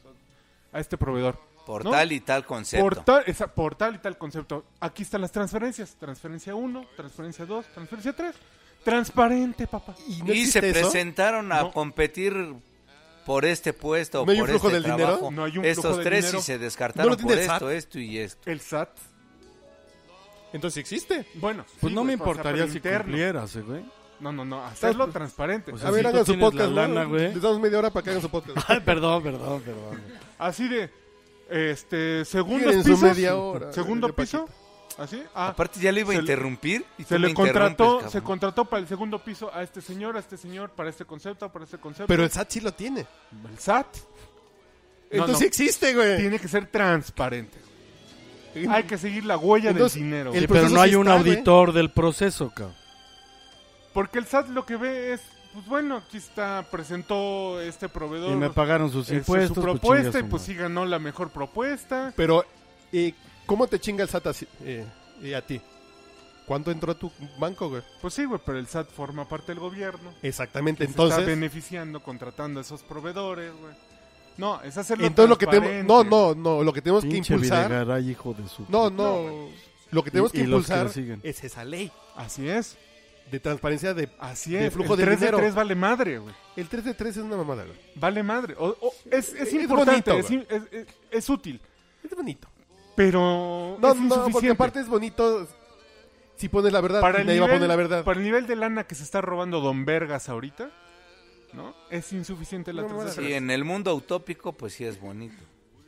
S3: a este proveedor.
S1: opinar. Por
S3: ¿no?
S1: tal y tal concepto.
S3: Por tal, esa- por tal y tal concepto. Aquí están las transferencias. Transferencia 1, transferencia 2, transferencia 3. Transparente, papá.
S2: no
S1: y se
S2: existe eso?
S1: presentaron a
S3: No.
S1: competir por este puesto o
S2: ¿No hay un
S1: por
S2: flujo
S1: este
S2: del
S1: trabajo.
S2: dinero?
S3: No hay un
S1: Estos
S3: flujo del
S1: tres
S3: dinero.
S1: y se descartaron
S2: ¿No lo
S1: por
S2: tiene el SAT?
S1: esto, esto y esto.
S3: El SAT.
S2: Entonces existe.
S3: Bueno.
S4: Pues
S3: sí,
S4: no me
S3: güey, o sea,
S4: importaría
S3: pero
S4: si
S3: interno.
S4: cumplieras, eh, güey.
S3: No, no, no. Hacerlo transparente.
S4: O sea,
S2: A
S4: si
S2: ver,
S4: tú
S2: hagan su
S4: tienes
S2: podcast,
S4: la lana,
S2: ¿no?
S4: güey.
S2: Les damos media hora para que hagan su podcast.
S4: Ay, perdón, perdón, perdón. güey.
S3: Así de, este, segundo
S2: Quieren su
S3: piso.
S2: media hora,
S3: Segundo
S2: de
S3: piso. Así. Ah,
S1: Aparte ya le iba a
S3: Se-
S1: interrumpir y
S3: se
S1: tú me
S3: le contrató,
S1: interrumpes,
S3: se
S1: cabrón.
S3: contrató para el segundo piso a este señor, a este señor, para este concepto, para este concepto.
S2: Pero el SAT sí lo tiene.
S3: el SAT
S2: Entonces sí existe, güey.
S3: tiene que ser transparente. Hay que seguir la huella
S2: Entonces,
S3: del dinero.
S2: el-
S4: Sí, pero
S2: proceso
S4: no hay
S2: sí
S4: un
S2: está, güey.
S4: auditor del proceso, cabrón.
S3: Porque el SAT lo que ve es, pues bueno, aquí está, presentó este proveedor.
S4: Y me pagaron sus
S3: este, su
S4: impuestos. pues,
S3: propuesta
S4: chinga
S3: y
S4: su
S3: pues sí
S4: madre.
S3: ganó la mejor propuesta.
S2: Pero, eh, ¿cómo te chinga el SAT así, eh, eh, a ti? ¿Cuánto entró a tu banco, güey?
S3: Pues sí, güey, pero el SAT forma parte del gobierno.
S2: Exactamente,
S3: que se está
S2: entonces...
S3: beneficiando, contratando a esos proveedores, güey. No, es hacerlo
S2: Entonces lo que tenemos...
S3: transparente.
S2: No, no, no, lo que tenemos que
S4: Pinche
S2: impulsar...
S4: Videgaray, hijo de su...
S2: No, no, lo que tenemos
S4: Y-
S2: que
S4: y los que
S2: impulsar
S4: lo siguen.
S2: es esa ley
S3: Así es,
S2: de transparencia de...
S3: así
S2: Del
S3: es.
S2: flujo
S3: el
S2: de
S3: 3
S2: dinero.
S3: de 3 vale madre, güey.
S2: El 3 de 3 es una mamada, güey.
S3: Vale madre. O- o- es, es
S2: Es
S3: importante,
S2: bonito, güey.
S3: es, es- es- es útil,
S2: Es bonito.
S3: pero
S2: No,
S3: es
S2: no, porque
S3: insuficiente.
S2: aparte es bonito si pones la verdad.
S3: para
S2: y
S3: el,
S2: nadie va
S3: nivel,
S2: a poner la verdad.
S3: para el nivel de lana que se está robando Don Vergas ahorita, ¿no? Es insuficiente la
S2: No,
S3: 3 de
S2: madre.
S1: Sí,
S3: 3.
S1: en el mundo utópico, pues sí es bonito.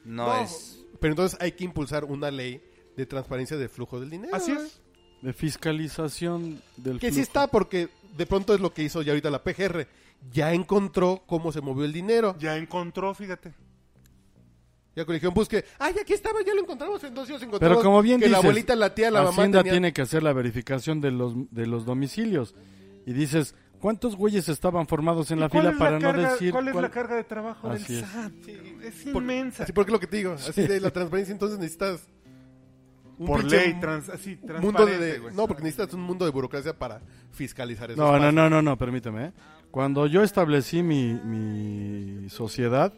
S1: No,
S2: No,
S1: es...
S2: Pero entonces hay que impulsar una ley de transparencia del flujo del dinero.
S3: Así
S2: güey.
S3: es.
S4: De fiscalización del...
S2: Que sí
S4: flujo.
S2: está, porque de pronto es lo que hizo ya ahorita la PGR. Ya encontró cómo se movió el dinero.
S3: Ya encontró, fíjate.
S2: Ya colegió en busque. Ay, aquí estaba, ya lo encontramos. Entonces ya los encontramos.
S4: Pero como bien
S2: Que la
S4: dices,
S2: abuelita, la tía, la mamá.
S4: Hacienda
S2: tenían-
S4: tiene que hacer la verificación de los, de los domicilios. Y dices, ¿cuántos güeyes estaban formados en la
S3: ¿Y cuál
S4: fila
S3: es la
S4: para no
S3: carga-
S4: decir
S3: ¿Cuál es
S4: cuál-
S3: la carga de trabajo
S4: Así
S3: del
S4: es.
S3: SAT? Es
S2: Por-
S3: inmensa.
S2: Así porque es lo que te digo. Así de la transparencia, entonces necesitas. un
S3: por
S2: pinche
S3: ley, trans, así,
S2: mundo
S3: transparente,
S2: de,
S3: güey.
S2: No, porque necesitas un mundo de burocracia para fiscalizar eso.
S4: No, no, no, no, no, permíteme. ¿eh? Cuando yo establecí mi, mi sociedad,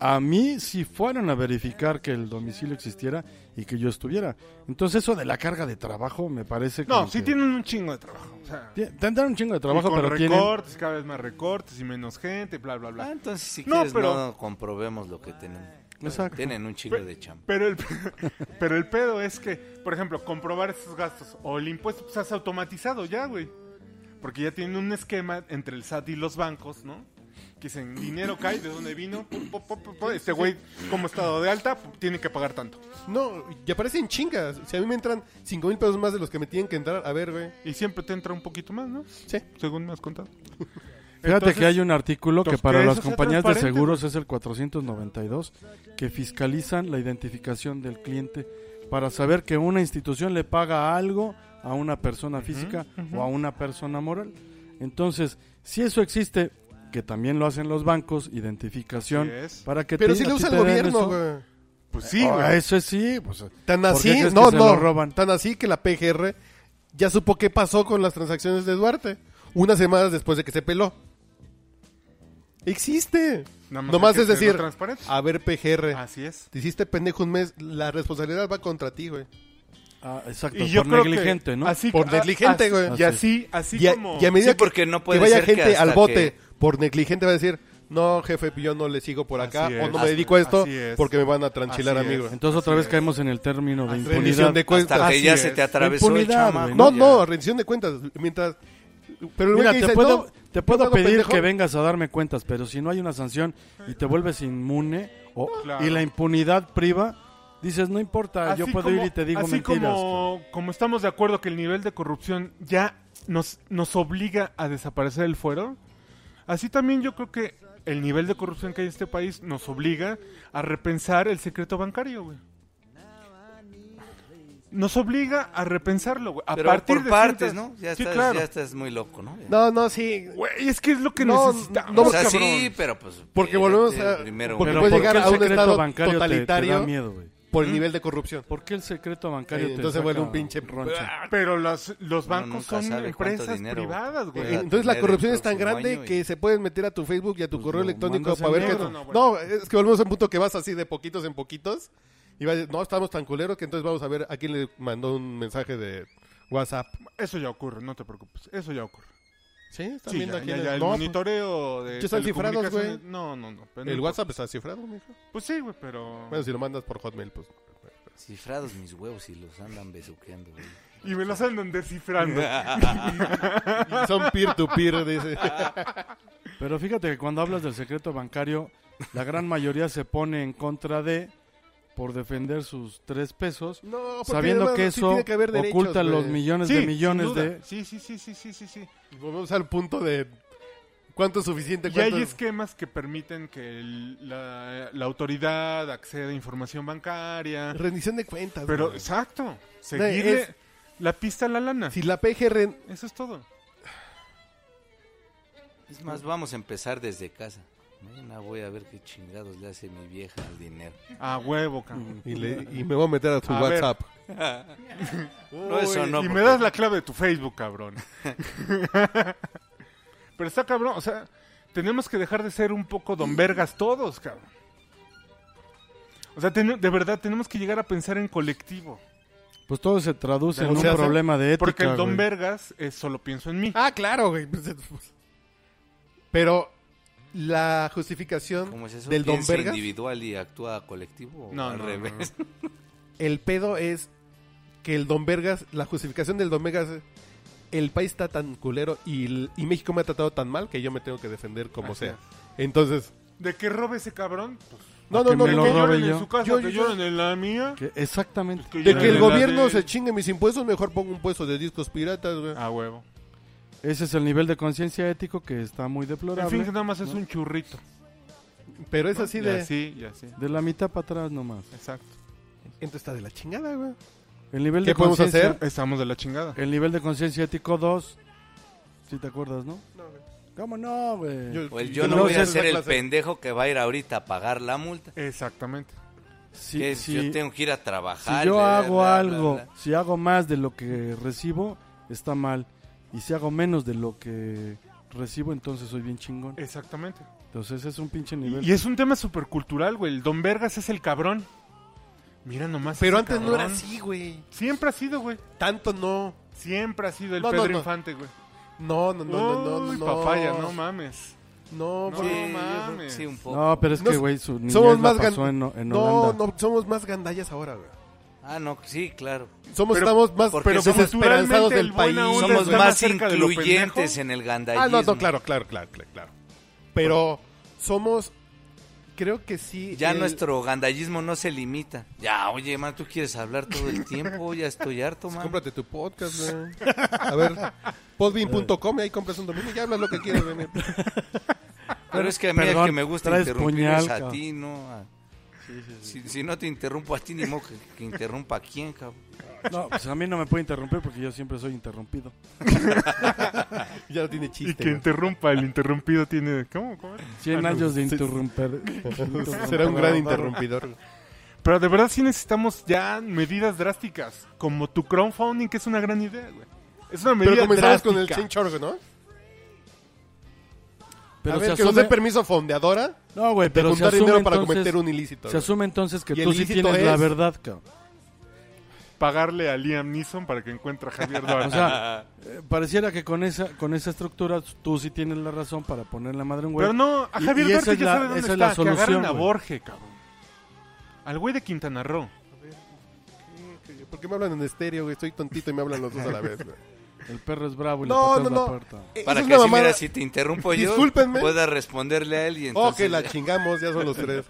S4: a mí sí fueron a verificar que el domicilio existiera y que yo estuviera. Entonces eso de la carga de trabajo me parece
S3: No,
S4: como
S3: sí
S4: que-
S3: tienen un chingo de trabajo. O sea,
S4: Ti- Tendrán un chingo de trabajo,
S3: y con
S4: pero tienen...
S3: recortes, cada vez más recortes y menos gente, bla, bla,
S1: Ah,
S3: bla.
S1: entonces si
S3: No,
S1: quieres
S3: pero-
S1: no comprobemos lo que tenemos.
S4: Exacto.
S1: Tienen un chingo de chamba.
S3: Pero el, pero el pedo es que, por ejemplo, comprobar esos gastos o el impuesto, pues has automatizado ya, güey. Porque ya tienen un esquema entre el SAT y los bancos, ¿no? Que dicen, dinero cae, ¿de dónde vino? Pum, pum, pum, pum, pum. Este güey, como estado de alta, pu- tiene que pagar tanto.
S2: No, y aparecen chingas. Si a mí me entran 5 mil pesos más de los que me tienen que entrar, a ver, güey.
S3: Y siempre te entra un poquito más, ¿no?
S2: Sí.
S3: Según me has contado.
S4: Fíjate
S3: Entonces,
S4: que hay un artículo que
S3: entonces,
S4: para
S3: que
S4: las
S3: eso sea
S4: compañías de
S3: transparente,
S4: seguros es el 492, que fiscalizan la identificación del cliente para saber que una institución le paga algo a una persona física o a una persona moral. Entonces, si eso existe, que también lo hacen los bancos, identificación,
S3: Así es.
S4: para que
S2: Pero
S4: te-
S2: si
S4: a
S2: lo
S4: ti
S2: usa
S4: te
S2: el
S4: den
S2: gobierno,
S4: eso.
S2: güey.
S3: Pues sí,
S4: Ah,
S3: güey.
S4: eso sí, pues,
S2: Tan
S4: ¿Por qué
S2: así,
S4: crees que
S2: no,
S4: se
S2: no.
S4: lo roban?
S2: Tan así que la PGR ya supo qué pasó con las transacciones de Duarte. Unas semanas después de que se peló. Existe.
S3: Nada más
S2: Nomás
S3: hay que
S2: es decir,
S3: hacerlo transparente. Ah,
S2: a ver, PGR,
S3: Así es.
S2: te hiciste pendejo un mes, la responsabilidad va contra ti, güey.
S4: Ah, exacto,
S1: Pues
S4: por negligente, ¿no?
S3: así-
S2: Por
S3: a-
S2: negligente,
S3: ah, así-
S2: güey.
S3: Y así, así
S2: Y a,
S3: como...
S2: y a medida
S1: Sí, porque
S2: que,
S1: no
S2: que
S1: puede
S2: vaya
S1: ser que
S2: gente al
S1: hasta
S2: bote
S1: que-
S2: por negligente va a decir, no, jefe, yo no le sigo por acá
S3: Así
S2: o
S3: es,
S2: no me
S3: así-
S2: dedico a esto
S3: así es.
S2: porque me van a tranchilar,
S3: Así es.
S2: amigos.
S4: Entonces otra vez caemos en el término de
S3: Así es.
S4: impunidad.
S2: Rendición de cuentas.
S1: Hasta que
S3: Así
S1: ya
S3: es.
S1: se te atravesó el
S4: Impunidad,
S1: chamaco.
S2: pues,
S4: güey,
S2: No,
S1: Ya.
S2: no, rendición de cuentas. Mientras. Pero el güey
S4: Mira,
S2: que
S4: te
S2: dice,
S4: puedo,
S2: "No,
S4: te
S2: yo
S4: puedo
S2: no hago
S4: pedir
S2: pendejo".
S4: que vengas a darme cuentas, pero si no hay una sanción y te vuelves inmune o,
S3: Claro.
S4: y la impunidad priva, dices, no importa, yo
S3: Así
S4: puedo
S3: como-
S4: ir y te digo
S3: así
S4: mentiras.
S3: Como, como estamos de acuerdo que el nivel de corrupción ya nos, nos obliga a desaparecer el fuero, así también yo creo que el nivel de corrupción que hay en este país nos obliga a repensar el secreto bancario, güey. Nos obliga a repensarlo, güey. A
S1: Pero
S3: partir
S1: por
S3: de
S1: partes,
S3: ciertas-
S1: ¿no? Ya
S3: Sí,
S1: estás,
S3: claro.
S1: ya estás muy loco, ¿no? Ya.
S2: No, no, sí.
S3: Güey, es que es lo que
S2: No,
S3: necesitamos.
S2: no,
S1: o sea,
S3: cabrón.
S1: sí, pero pues...
S2: Porque
S1: espérate,
S2: volvemos a-
S1: Primero,
S2: porque
S4: Pero
S2: puedes
S4: ¿por qué
S2: llegar
S4: el
S2: a un
S4: secreto
S2: estado
S4: bancario te-
S2: totalitario?
S4: Te, da miedo, güey.
S2: Por el nivel de corrupción.
S4: ¿Por qué el secreto bancario
S2: Sí,
S4: te
S2: entonces
S4: saca Ah.
S2: vuelve un pinche-
S4: roncha?
S3: Pero las- los
S1: Uno
S3: bancos
S1: nunca
S3: son
S1: sabe cuánto
S3: empresas
S1: dinero te
S3: privadas,
S1: va
S3: güey.
S1: a
S2: Eh, Entonces la
S1: tener
S2: corrupción
S1: el
S2: es tan
S1: próximo
S2: grande
S1: año y-
S2: que se pueden meter a tu Facebook y a tu correo
S4: lo
S2: electrónico
S4: mandas
S2: para
S4: al
S2: ver que...
S4: diablo.
S2: No,
S3: No, no, bueno.
S2: es que volvemos a un punto que vas así de poquitos en poquitos y vas, no, estamos tan culeros que entonces vamos a ver a quién le mandó un mensaje de WhatsApp.
S3: Eso ya ocurre, no te preocupes. Eso ya ocurre.
S2: Sí, están
S3: Sí,
S2: viendo
S3: ya,
S2: a
S3: ya,
S2: quién
S3: ya,
S2: le-
S3: el
S2: No, pues.
S3: monitoreo de
S2: Ya están cifrados, güey.
S3: telecomunicaciones- No, no, no. pero
S2: pues,
S3: no
S2: El
S3: importa.
S2: WhatsApp está cifrado, mijo.
S3: Pues sí, güey, pero...
S2: Bueno, si lo mandas por Hotmail, pues...
S1: Cifrados mis huevos y los andan besuqueando, güey.
S3: Y me las andan descifrando.
S2: Son peer-to-peer, dice.
S4: Pero fíjate que cuando hablas del secreto bancario, la gran mayoría se pone en contra de por defender sus tres pesos,
S2: No, porque
S4: sabiendo
S2: además
S4: que
S2: sí
S4: eso
S2: tiene que haber derechos,
S4: oculta
S2: güey.
S4: los
S2: Pues
S4: millones de
S3: sin
S4: millones
S3: duda.
S4: de
S3: Sí, sí, sí, sí, sí, sí, sí.
S2: Volvemos al punto de cuánto es suficiente,
S3: Y
S2: cuánto
S3: hay esquemas que permiten que el- la, la autoridad acceda a información bancaria.
S2: rendición de cuentas.
S3: Pero,
S2: güey.
S3: exacto. Seguirle
S2: es-
S3: la pista a la lana.
S2: si la PGR
S3: Eso es todo.
S1: Es más, vamos a empezar desde casa. Mañana voy a ver qué chingados le hace mi vieja al dinero.
S3: A huevo, cabrón.
S2: y, le- y me voy a meter a tu
S3: A ver.
S2: WhatsApp.
S1: No, eso
S3: Uy,
S1: no.
S3: Y me
S1: porque-
S3: das la clave de tu Facebook, cabrón. Pero está cabrón, o sea, tenemos que dejar de ser un poco don
S2: Mm.
S3: vergas todos, cabrón. O sea, ten- de verdad tenemos que llegar a pensar en colectivo.
S4: Pues todo se traduce
S3: Pero
S4: en un
S3: se hace-
S4: problema de ética.
S3: porque el don
S4: güey.
S3: vergas es solo pienso en mí.
S2: Ah, claro, güey. Pues, pues. Pero la justificación
S1: ¿Cómo es eso?
S2: del Don
S1: ¿Piensa
S2: Vergas,
S1: individual y actúa colectivo o
S3: No,
S1: al
S3: no,
S1: revés?
S2: el pedo es que el Don Vergas, la justificación del Don Vergas es, el país está tan culero y, el- y México me ha tratado tan mal que yo me tengo que defender como
S3: Así
S2: sea.
S3: es.
S2: Entonces,
S3: ¿De qué robe ese cabrón? Pues,
S2: no,
S4: ¿A
S2: no,
S4: que
S2: no,
S4: me
S2: no,
S4: lo
S2: que
S3: que
S2: yo-
S4: robe
S3: lloren en
S4: yo?
S3: su casa,
S2: Yo-
S3: que
S2: yo-
S3: lloren en la mía.
S4: Que- exactamente.
S3: pues
S2: de
S3: lloren
S2: que
S3: en
S2: el
S3: la
S2: gobierno
S3: de-
S2: se chingue mis impuestos, mejor pongo un puesto de discos piratas, güey.
S4: Ah,
S3: A Ah, huevo.
S4: Ese es el nivel de conciencia ético que está muy
S3: En
S4: deplorable.
S3: fin, que nada más es un churrito.
S2: Pero es así
S3: Sí,
S2: de...
S3: sí, ya sí.
S4: De la mitad para atrás nomás.
S3: Exacto.
S2: Entonces está de la chingada, güey.
S4: El nivel
S2: ¿Qué
S4: de
S2: podemos
S4: conciencia-
S2: hacer?
S3: Estamos de la chingada.
S4: El nivel de conciencia ético 2. Si te acuerdas, ¿no? ¿Cómo no, güey?
S1: O el Pues yo
S4: no
S1: no, voy
S4: sé
S1: a
S4: si
S1: ser el
S2: clase.
S1: pendejo que va a ir ahorita a pagar la multa.
S3: Exactamente.
S4: Si,
S1: que
S4: si-
S1: yo tengo que ir a
S4: si
S1: trabajar.
S4: yo
S1: bla,
S4: hago
S1: bla, bla,
S4: algo,
S1: bla.
S4: si hago más de lo que recibo, está mal. Y si hago menos de lo que recibo, entonces soy bien chingón.
S3: Exactamente.
S4: Entonces es un pinche nivel.
S3: Eh, Y es un tema supercultural, güey. El Don Vergas es el cabrón. Mira nomás.
S2: Pero
S3: ese
S2: antes Pues no
S3: cabrón.
S2: era así, güey.
S3: Siempre ha sido, güey.
S2: Tanto no.
S3: Siempre ha sido el
S2: No, no,
S3: Pedro
S2: no.
S3: Infante, güey.
S2: No, no, no, no, no,
S3: Uy,
S2: no.
S3: papaya, no mames.
S2: No,
S3: No,
S2: güey.
S1: Sí,
S3: no
S1: yo creo que
S3: mames.
S1: sí, un poco.
S4: No, pero es
S2: No
S4: que,
S2: sé,
S4: güey, su niñez
S2: somos
S4: la
S2: más gan-
S4: pasó en, en
S2: No,
S4: Holanda.
S2: no, somos más gandallas ahora, güey.
S1: Ah, no, sí, claro.
S2: Somos,
S3: Pero-
S2: estamos más
S1: porque
S2: pero
S1: somos
S2: desesperanzados
S3: culturalmente
S2: del
S3: el buena
S2: país.
S3: onda.
S1: Somos
S3: está más
S1: más
S3: cerca de lo
S1: incluyentes
S3: pendejo?
S1: en el gandallismo.
S2: Ah, no, no, claro, claro, claro, claro, claro. Pero somos, creo que sí.
S1: Ya
S2: el-
S1: nuestro gandallismo no se limita. Ya, oye, man, tú quieres hablar todo el tiempo, ya estoy harto, man.
S2: Pues Cómprate tu podcast, güey. A ver, podbean.com y ahí compras un dominio y hablas lo que quieres, güey.
S1: Pero es que a mí
S4: Perdón,
S1: el que me gusta
S4: traes
S1: interrumpir
S4: puñal,
S1: es a
S4: cabrón.
S1: ti, ¿no? A- Si, si no te interrumpo a ti, ni modo que, que interrumpa a quién, cabrón.
S4: No, pues a mí no me puede interrumpir porque yo siempre soy interrumpido.
S2: Ya no tiene
S3: Y
S2: chiste.
S3: que interrumpa, el interrumpido tiene. ¿Cómo? ¿Cómo?
S4: 100
S3: Ah, no.
S4: años de
S3: Sí.
S4: interrumper.
S2: güey. Será un gran interrumpidor. güey.
S3: Pero de verdad sí necesitamos ya medidas drásticas. Como tu crowdfunding, que es una gran idea, güey. Es una medida
S2: Pero comenzamos
S3: drástica.
S2: con el chinchorgo, ¿no? a
S4: Pero
S2: ver,
S4: se
S2: que nos dé
S4: asume...
S2: permiso fondeadora
S4: No, güey,
S2: de
S4: pero se
S2: juntar
S4: asume
S2: dinero para
S4: entonces-
S2: cometer un ilícito.
S4: Se
S2: güey.
S4: asume entonces que
S2: Y el
S4: tú sí
S2: ilícito
S4: tienes la
S2: es-
S4: verdad, cabrón.
S3: Pagarle a Liam Neeson para que encuentre a Javier Duarte.
S4: O sea, eh, pareciera que con esa con esa estructura tú sí tienes la razón para poner la madre a un güey.
S3: Pero no, a
S4: Y-
S3: Javier
S4: y esa
S3: Duarte
S4: es
S3: ya
S4: la-
S3: sabe dónde
S4: esa es
S3: está.
S4: la
S3: que agarren
S4: solución,
S3: a
S4: güey.
S3: Borges, cabrón. Al güey de Quintana Roo.
S2: ¿Por qué me hablan en estéreo, güey? Estoy tontito y me hablan los dos a la vez, güey.
S4: El perro es bravo y
S2: No,
S4: le pateas
S2: no, no.
S4: la puerta.
S2: Eh,
S1: Para
S2: esa
S1: que
S2: es una
S1: así,
S2: mamada.
S1: mira, si te interrumpo yo,
S2: Discúlpenme.
S1: pueda responderle a él y
S2: Oh,
S1: entonces...
S2: que la chingamos, ya son los tres.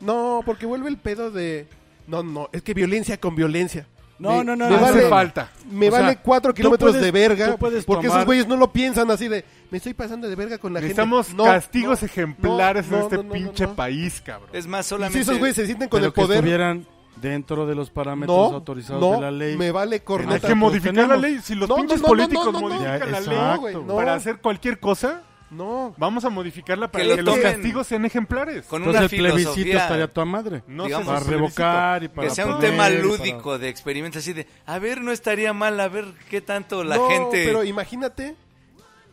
S2: No, porque vuelve el pedo de... No, no, es que violencia con violencia.
S4: No,
S2: Me-
S4: no, no,
S2: me
S4: no,
S2: vale
S4: no.
S3: falta.
S2: Me
S4: O sea,
S2: vale cuatro
S4: tú
S2: kilómetros
S4: puedes-
S2: de verga.
S4: tú puedes
S2: Porque
S4: tomar-
S2: esos güeyes no lo piensan así de... Me estoy pasando de verga con la
S3: Necesitamos
S2: gente. No,
S3: castigos
S2: no,
S3: ejemplares
S2: no,
S3: en
S2: no,
S3: este
S2: no, no, no,
S3: pinche
S2: no.
S3: país, cabrón.
S1: Es más,
S2: Y
S1: solamente...
S2: si esos güeyes se sienten con
S4: Pero
S2: el
S4: que
S2: poder...
S4: estuvieran dentro de los parámetros
S2: No,
S4: autorizados
S2: no,
S4: de la ley.
S2: me vale
S3: Hay
S2: corneta.
S3: que modificar la
S4: tenemos.
S3: ley. Si los
S2: No,
S3: pinches
S2: no, no,
S3: políticos
S2: no, no, no, no.
S3: modifican la
S4: Ya,
S3: ley
S4: exacto.
S2: güey,
S4: no.
S3: para hacer cualquier cosa,
S2: No.
S3: vamos a modificarla para
S1: Que
S3: que,
S1: lo
S3: los
S1: toquen.
S3: castigos sean ejemplares.
S1: Con
S4: Entonces
S1: una
S4: el plebiscito
S1: filosofía...
S4: estaría tu madre.
S3: No
S1: Digamos,
S3: sé si
S4: para
S3: se
S4: revocar y para
S1: que sea un
S4: poner,
S1: tema
S4: para-
S1: lúdico de experimentos así de, a ver, no estaría mal, a ver qué tanto la
S2: no,
S1: gente...
S2: Pero imagínate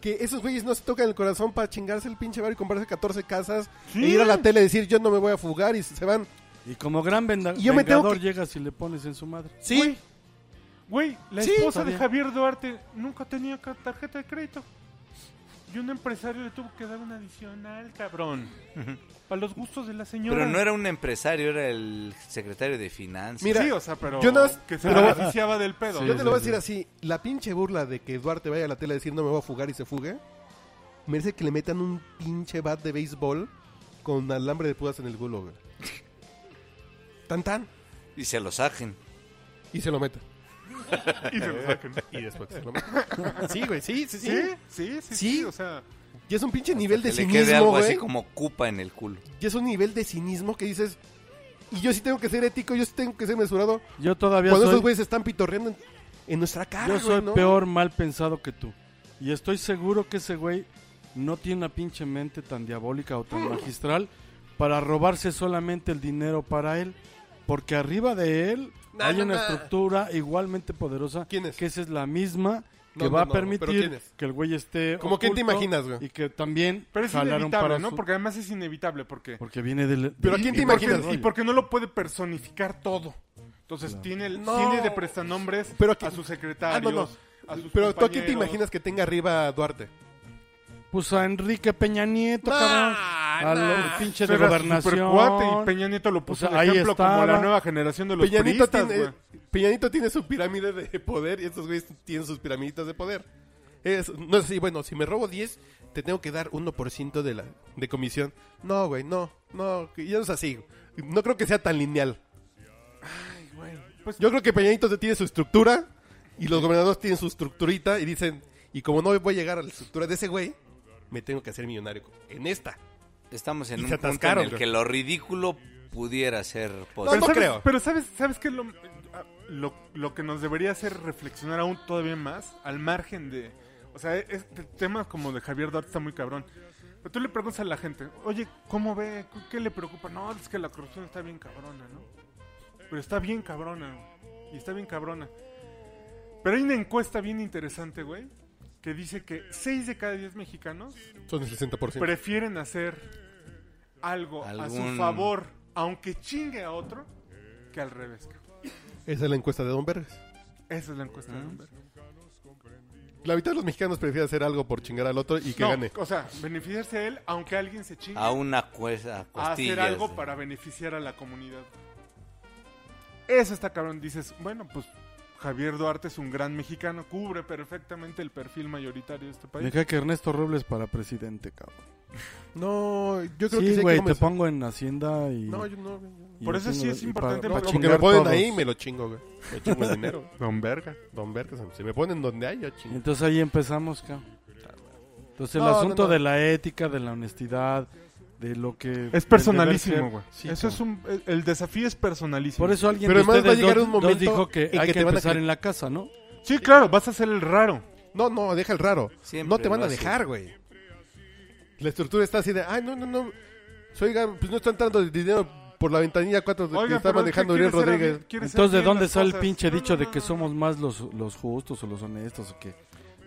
S2: que esos güeyes no se tocan el corazón para chingarse el pinche bar y comprarse 14 casas
S3: Sí.
S2: e ir a la tele y decir yo no me voy a fugar y se van.
S4: Y como gran venda-
S2: Y yo me tengo
S4: vengador
S2: que-
S4: llegas y le pones en su madre.
S2: Sí.
S3: Güey, la
S2: Sí,
S3: esposa
S4: todavía.
S3: de Javier Duarte nunca tenía ca- tarjeta de crédito. Y un empresario le tuvo que dar un adicional, cabrón. Para los gustos de la señora.
S1: Pero no era un empresario, era el secretario de finanzas.
S2: Mira,
S3: sí, o sea, pero
S2: yo nada más-
S3: que se
S2: pero-
S3: beneficiaba del pedo.
S4: Sí,
S2: yo te lo voy a
S4: sí,
S2: decir así, la pinche burla de que Duarte vaya a la tele a decir no me voy a fugar y se fugue, merece que le metan un pinche bat de béisbol con alambre de pudas en el culo, güey. Tan tan.
S1: Y se lo sajen.
S2: Y se lo meten.
S3: Y se lo saquen.
S2: Y después se lo meten. sí, güey, sí, sí, sí.
S3: ¿Sí? Sí, sí, sí,
S2: Sí.
S3: o sea,
S2: Y es un pinche nivel de
S1: Que le
S2: cinismo,
S1: quede algo
S2: güey.
S1: así como cupa en el culo.
S2: Y es un nivel de cinismo que dices. Y yo sí tengo que ser ético, yo sí tengo que ser mesurado.
S4: Yo todavía
S2: Cuando
S4: soy,
S2: esos güeyes se están pitorreando en, en nuestra cara,
S4: yo
S2: güey,
S4: soy
S2: ¿no?
S4: peor mal pensado que tú. Y estoy seguro que ese güey no tiene una pinche mente tan diabólica o
S2: Mm.
S4: tan magistral para robarse solamente el dinero para él. Porque arriba de él
S2: No,
S4: hay
S2: no,
S4: una
S2: no.
S4: estructura igualmente poderosa.
S2: ¿Quién es?
S4: Que esa es la misma que
S2: No,
S4: va
S2: no, no,
S4: a
S2: pero ¿quién
S4: permitir
S2: es?
S4: que el güey esté.
S2: ¿Cómo quién te
S4: oculto
S2: imaginas, güey?
S4: Y que también.
S3: pero es
S4: jalaron
S3: inevitable,
S4: para
S3: ¿no?
S4: su-
S3: Porque además es inevitable porque
S4: Porque viene del.
S2: Pero ¿a quién te
S4: y porque-
S2: imaginas?
S3: y porque no lo puede personificar todo. Entonces tiene el-
S2: No.
S3: tiene de prestanombres
S2: Pero
S3: a
S2: aquí-
S3: sus
S2: Ah,
S3: secretarios,
S2: no, no.
S3: a sus
S2: Pero tú a quién te
S3: compañeros.
S2: imaginas que tenga arriba a Duarte.
S4: Pues a Enrique Peña Nieto,
S2: Nah,
S4: cabrón. A los pinches de
S3: Era
S4: gobernación.
S3: supercuate y Peña Nieto lo puso
S4: O sea,
S3: de
S4: ahí
S3: ejemplo como la
S4: estaba.
S3: nueva generación de los
S2: Peñanito
S3: priistas,
S2: tiene,
S3: güey.
S2: Peñanito tiene su pirámide de poder y estos güeyes tienen sus piramiditas de poder. Es, no es así, bueno, si me robo 10, te tengo que dar 1% de, la, de comisión. No, güey, no, no, ya no es así. No creo que sea tan lineal.
S4: eh,
S3: pues-
S2: Yo creo que Peñanito tiene su estructura y los gobernadores tienen su estructurita y dicen, y como no voy a llegar a la estructura de ese güey, me tengo que hacer millonario en esta.
S1: Estamos
S2: Y
S1: en
S2: se
S1: un punto en
S2: atascaron,
S1: el
S2: güey.
S1: que lo ridículo pudiera ser
S2: No,
S1: posible.
S2: no
S3: sabes,
S2: creo.
S3: Pero sabes, sabes que lo, ah, lo, lo que nos debería hacer reflexionar aún todavía más, al margen de... O sea, este tema como de Javier Duarte está muy cabrón. Pero tú le preguntas a la gente, oye, ¿cómo ve? ¿Qué le preocupa? No, es que la corrupción está bien cabrona, ¿no? Pero está bien cabrona, güey. Y está bien cabrona. Pero hay una encuesta bien interesante, güey, que dice que 6 de cada 10 mexicanos
S2: Son el 60%.
S3: prefieren hacer algo a
S1: Algún-
S3: su favor, aunque chingue a otro, que al revés. cabrón.
S2: Esa es la encuesta de Don Vergas.
S3: Esa es la encuesta.
S4: Ah.
S3: de Bloomberg.
S2: La mitad de los mexicanos prefiere hacer algo por chingar al otro y que
S3: No,
S2: gane.
S3: O sea, beneficiarse a él, aunque alguien se chingue,
S4: Ah,
S1: A una cuesta,
S3: a
S1: costillas.
S3: hacer algo
S1: de-
S3: para beneficiar a la comunidad. Eso está cabrón. Dices, bueno, pues Javier Duarte es un gran mexicano, cubre perfectamente el perfil mayoritario de este país.
S4: Deja que Ernesto Robles para presidente, cabrón.
S2: No, yo creo que
S4: Sí,
S2: sí,
S4: güey,
S2: hay que
S4: te
S2: comenzar.
S4: pongo en Hacienda y.
S2: No, yo no.
S4: y
S3: Por eso
S4: haciendo-
S3: sí es
S4: y
S3: importante,
S4: para-
S3: pero
S4: para
S2: Porque me
S4: chingar
S2: ponen
S4: todos.
S2: ahí y me lo chingo, güey. Me chingo el dinero.
S3: Don Verga.
S2: Don Vergas, si me ponen donde hay, yo
S4: Y
S2: chingo.
S4: Entonces ahí empezamos, cabrón. Entonces el
S2: No, no,
S4: asunto
S2: no.
S4: de la ética, de la honestidad, de lo que.
S3: Es personalísimo,
S4: del deber ser.
S3: güey.
S4: Sí,
S3: Eso es
S4: cabrón.
S3: un, el- el desafío es personalísimo.
S4: Por eso alguien
S2: Pero
S4: de
S2: además
S4: ustedes
S2: va a llegar
S4: dos-
S2: un
S4: dos
S2: momento
S4: dijo que
S2: en que
S4: hay que,
S2: te van a
S4: empezar
S2: cre-
S4: en la casa, ¿no?
S3: Sí, claro, vas a ser el raro.
S2: No, no, deja el raro.
S1: Siempre
S2: no te van
S1: lo
S2: a
S1: hace.
S2: dejar, güey. La estructura está así de, ay, no, no, no. Oiga, pues no están dando el dinero por la ventanilla 4 de que
S3: Oiga,
S2: está
S3: pero es
S2: manejando
S3: que
S2: Uriel
S3: quiere ser
S2: Rodríguez.
S3: bien- quiere ser
S4: Entonces, ¿de
S3: bien
S4: dónde
S3: las
S4: sale el
S3: cosas?
S4: pinche
S3: No,
S4: dicho
S3: no,
S4: de
S3: no,
S4: que
S3: no.
S4: somos más los, los justos o los honestos o que
S2: No,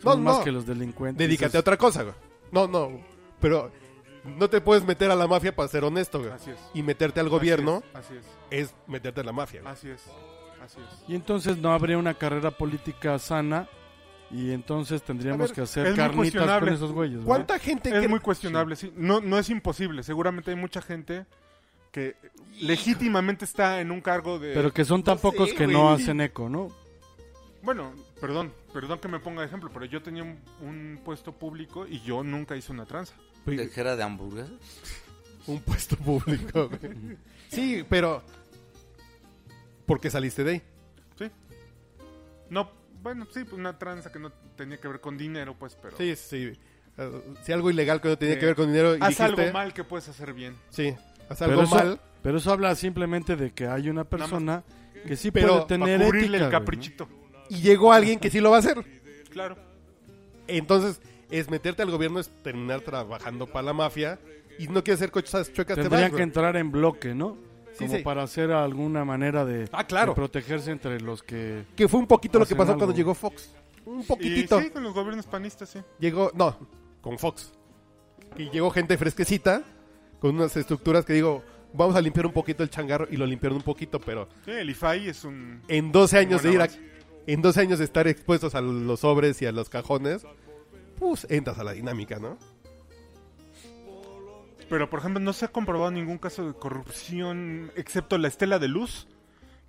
S4: somos más
S2: no.
S4: que los delincuentes?
S2: Dedícate
S4: Dices,
S2: a otra cosa, güey. No, no. Pero no te puedes meter a la mafia para ser honesto, güey.
S3: Así es.
S2: Y meterte al gobierno
S3: Así es,
S2: es, meterte a la mafia. güey.
S3: así es, así es.
S4: Y entonces no habría una carrera política sana y entonces tendríamos
S2: A ver,
S4: que hacer
S3: es muy
S4: carnitas con
S3: cuestionable.
S4: esos güeyes. güey.
S2: ¿Cuánta gente
S3: Es
S2: cree-
S3: muy cuestionable, sí. No, no es imposible. Seguramente hay mucha gente que legítimamente está en un cargo de...
S4: Pero que son tan
S2: No sé,
S4: pocos que no
S2: güey.
S4: hacen eco, ¿no?
S3: Bueno, perdón, perdón que me ponga de ejemplo, pero yo tenía un, un puesto público y yo nunca hice una tranza.
S1: Tejera de hamburguesas.
S2: un puesto público, güey? Sí, pero ¿por qué saliste de ahí?
S3: ¿Sí? No, bueno, sí, pues una tranza que no tenía que ver con dinero, pues, pero...
S2: Sí, sí. Uh, si algo ilegal que no tenía
S3: Sí.
S2: que ver con dinero y
S3: Haz
S2: dijiste-
S3: algo mal que puedes hacer bien.
S2: Sí, haz
S4: Pero
S2: algo
S4: eso-
S2: mal.
S4: Pero eso habla simplemente de que hay una persona que sí
S2: Pero
S4: puede
S2: pa'
S3: Para
S4: tener
S3: cubrirle
S4: ética,
S3: el
S4: güey, ¿no?
S3: caprichito.
S2: Y llegó alguien que sí lo va a hacer.
S3: Claro.
S2: Entonces, es meterte al gobierno, es terminar trabajando para la mafia. Y no quieres hacer cosas chuecas, te vas,
S4: Tendrían que
S2: güey.
S4: entrar en bloque, ¿no?
S2: Sí,
S4: Como
S2: sí.
S4: para hacer alguna manera de,
S2: Ah, claro.
S4: de protegerse entre los que...
S2: Que fue un poquito lo que
S4: Hacen
S2: pasó
S4: algo.
S2: cuando llegó Fox. Un
S3: Y
S2: poquitito.
S3: sí, con los gobiernos panistas, sí.
S2: Llegó, no, con Fox. Y llegó gente fresquecita, con unas estructuras que digo, vamos a limpiar un poquito el changarro. Y lo limpiaron un poquito, pero
S3: Sí, el IFAI es un...
S2: en 12 años
S3: Buen
S2: de ir a-
S3: avance.
S2: en 12 años de estar expuestos a los sobres y a los cajones, pues entras a la dinámica, ¿no?
S3: Pero, por ejemplo, no se ha comprobado ningún caso de corrupción, excepto la estela de luz,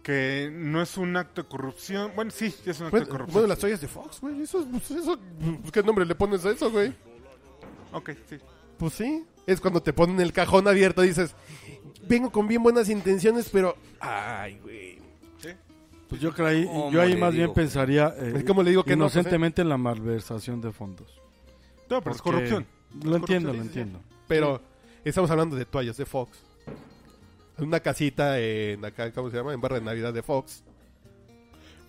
S3: que no es un acto de corrupción. Bueno, sí, sí es un acto
S2: Bueno,
S3: de corrupción.
S2: bueno, las toallas de Fox, güey, eso, pues, eso, pues, ¿qué nombre le pones a eso, güey?
S3: Ok, sí.
S2: Pues sí, es cuando te ponen el cajón abierto y dices, vengo con bien buenas intenciones, pero, ay, güey.
S3: sí.
S4: Pues yo, creí,
S1: ¿Cómo
S4: yo ahí
S1: le
S4: más bien
S1: digo?
S4: pensaría eh,
S2: Es como le digo que no, José.
S4: inocentemente en la malversación de fondos.
S3: No, pero es
S4: Porque-
S3: corrupción.
S4: Lo entiendo,
S2: sí,
S4: lo
S2: sí, sí.
S4: entiendo.
S2: Pero estamos hablando de toallas de Fox. Una casita en acá, ¿cómo se llama? En Barra de Navidad de Fox.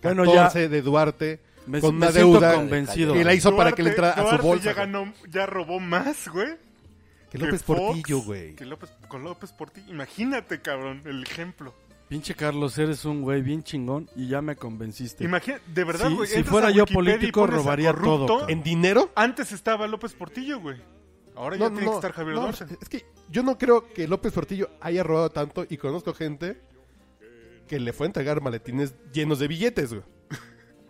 S4: Bueno,
S2: 14 de Duarte.
S4: Me,
S2: con
S4: me
S2: una
S4: siento
S2: deuda
S4: convencido.
S2: que la hizo para que le entrara a su
S3: Duarte
S2: bolsa.
S3: Ya, ganó, ya robó más, güey.
S2: Que López
S3: Fox,
S2: Portillo, güey.
S3: Que López, con López Portillo. Imagínate, cabrón, el ejemplo.
S4: Pinche Carlos, eres un güey bien chingón y ya me convenciste.
S3: Imagina, de verdad,
S4: Sí,
S3: güey.
S4: si
S3: entras
S4: fuera
S3: a
S4: yo
S3: Wikipedia y
S4: político,
S3: pones a
S4: robaría todo,
S3: corrupto.
S4: cabrón.
S2: ¿En dinero?
S3: Antes estaba López Portillo, güey. Ahora ya tiene que estar Javier
S2: no,
S3: Dorce.
S2: Es que yo no creo que López Portillo haya robado tanto y conozco gente que le fue a entregar maletines llenos de billetes, güey.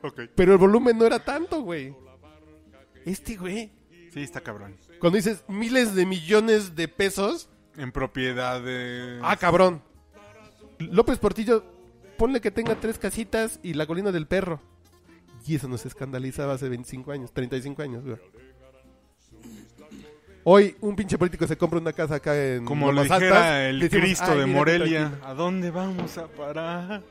S3: Ok.
S2: Pero el volumen no era tanto, güey. Este, güey.
S3: Sí, está cabrón.
S2: Cuando dices miles de millones de pesos,
S3: En propiedades.
S2: Ah, cabrón. López Portillo, ponle que tenga tres casitas y la colina del perro. Y eso nos escandalizaba hace 25 años, 35 años, güey. Hoy un pinche político se compra una casa acá en
S3: Como lo
S2: Lomas
S3: dijera
S2: Altas,
S3: el
S2: decimos,
S3: Cristo
S2: "Ay,
S3: de
S2: mira,
S3: Morelia.
S2: aquí".
S3: ¿A dónde vamos a parar?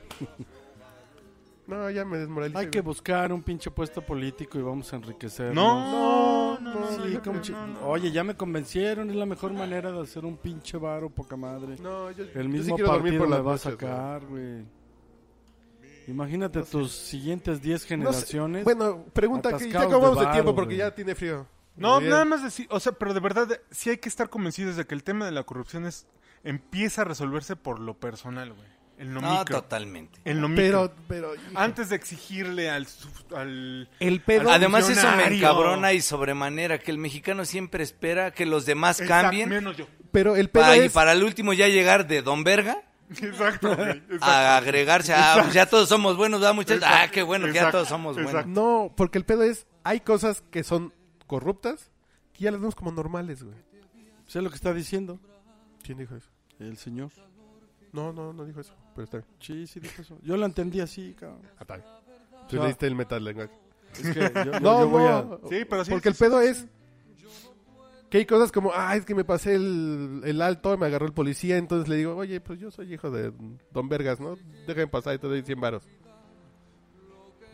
S2: No, ya me desmoralicé.
S4: Hay que buscar un pinche puesto político y vamos a enriquecer.
S3: No, no, no.
S4: Sí,
S3: yo
S4: como
S3: creo-
S4: chi-
S3: no, no.
S4: Oye, ya me convencieron, es la mejor manera de hacer un pinche varo, poca madre.
S2: No, yo, yo
S4: El
S2: sí
S4: mismo
S2: quiero dormir
S4: partido
S2: por
S4: me
S2: las
S4: va a
S2: noches,
S4: sacar, güey. Imagínate tus siguientes 10
S2: güey. No sé.
S4: generaciones.
S2: Bueno, pregunta que ya
S4: atascados de
S2: acabamos de
S4: varo,
S2: tiempo porque
S4: güey.
S2: ya tiene frío.
S3: No,
S2: Muy bien.
S3: nada más decir, o sea, pero de verdad, de- sí hay que estar convencidos de que el tema de la corrupción es empieza a resolverse por lo personal, güey. En lo
S1: No,
S3: micro.
S1: totalmente.
S3: En lo
S2: Pero,
S3: micro.
S2: pero.
S3: Antes de exigirle al, suf- al
S2: El
S3: pedo-
S1: Además eso me
S3: Millonario.
S1: encabrona y sobremanera, que el mexicano siempre espera que los demás
S3: Exacto,
S1: cambien
S3: menos yo.
S2: Pero el pedo
S1: para, y
S2: es.
S1: para el último ya llegar de Don Verga
S3: Exacto, güey, exacto.
S1: a agregarse a "Ah, ya todos somos buenos, ¿verdad muchachos? Ah,
S3: Exacto,
S1: qué bueno, que ya
S3: exacto,
S1: todos somos buenos.
S3: exacto.
S2: No, porque el pedo es, hay cosas que son corruptas que ya las vemos como normales, güey.
S4: Sé lo que está diciendo
S2: ¿Quién dijo eso?
S4: el señor.
S2: No, no, no dijo eso, pero está bien.
S4: Sí, sí dijo eso. Yo la entendí así, cabrón.
S2: Tú
S4: Ah, No.
S2: leíste el metal lenguaje.
S4: Es que yo, yo-
S2: No,
S4: yo voy a...
S2: no.
S3: Sí, pero sí.
S2: Porque el pedo es que hay cosas como, ah, es que me pasé el, el alto, me agarró el policía, entonces le digo, oye, pues yo soy hijo de Don Vergas, ¿no? Déjame pasar y te doy 100 varos.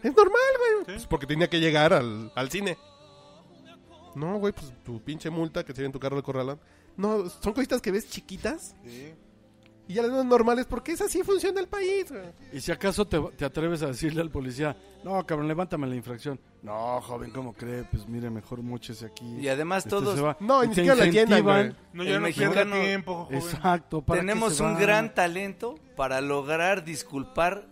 S2: Es normal, güey.
S3: Sí.
S2: Pues porque tenía que llegar al, al cine. No, güey, pues tu pinche multa que se ve en tu carro de corralón. No, son cositas que ves chiquitas
S3: Sí.
S2: y ya las ves normales porque es así funciona el país, güey.
S4: Y si acaso te, te atreves a decirle al policía, no, cabrón, levántame la infracción. No, joven, ¿cómo cree? Pues mire, mejor múchese aquí.
S1: Y además
S4: Este
S1: todos
S4: se va.
S2: No,
S4: Y
S2: ni
S4: te
S2: siquiera la llenan,
S4: incentivan.
S2: güey.
S3: No,
S1: El
S3: ya no
S1: mexicano-
S3: pierda tiempo, joven.
S4: Exacto. ¿para qué
S1: tenemos
S4: se
S1: un
S4: va?
S1: gran talento para lograr disculpar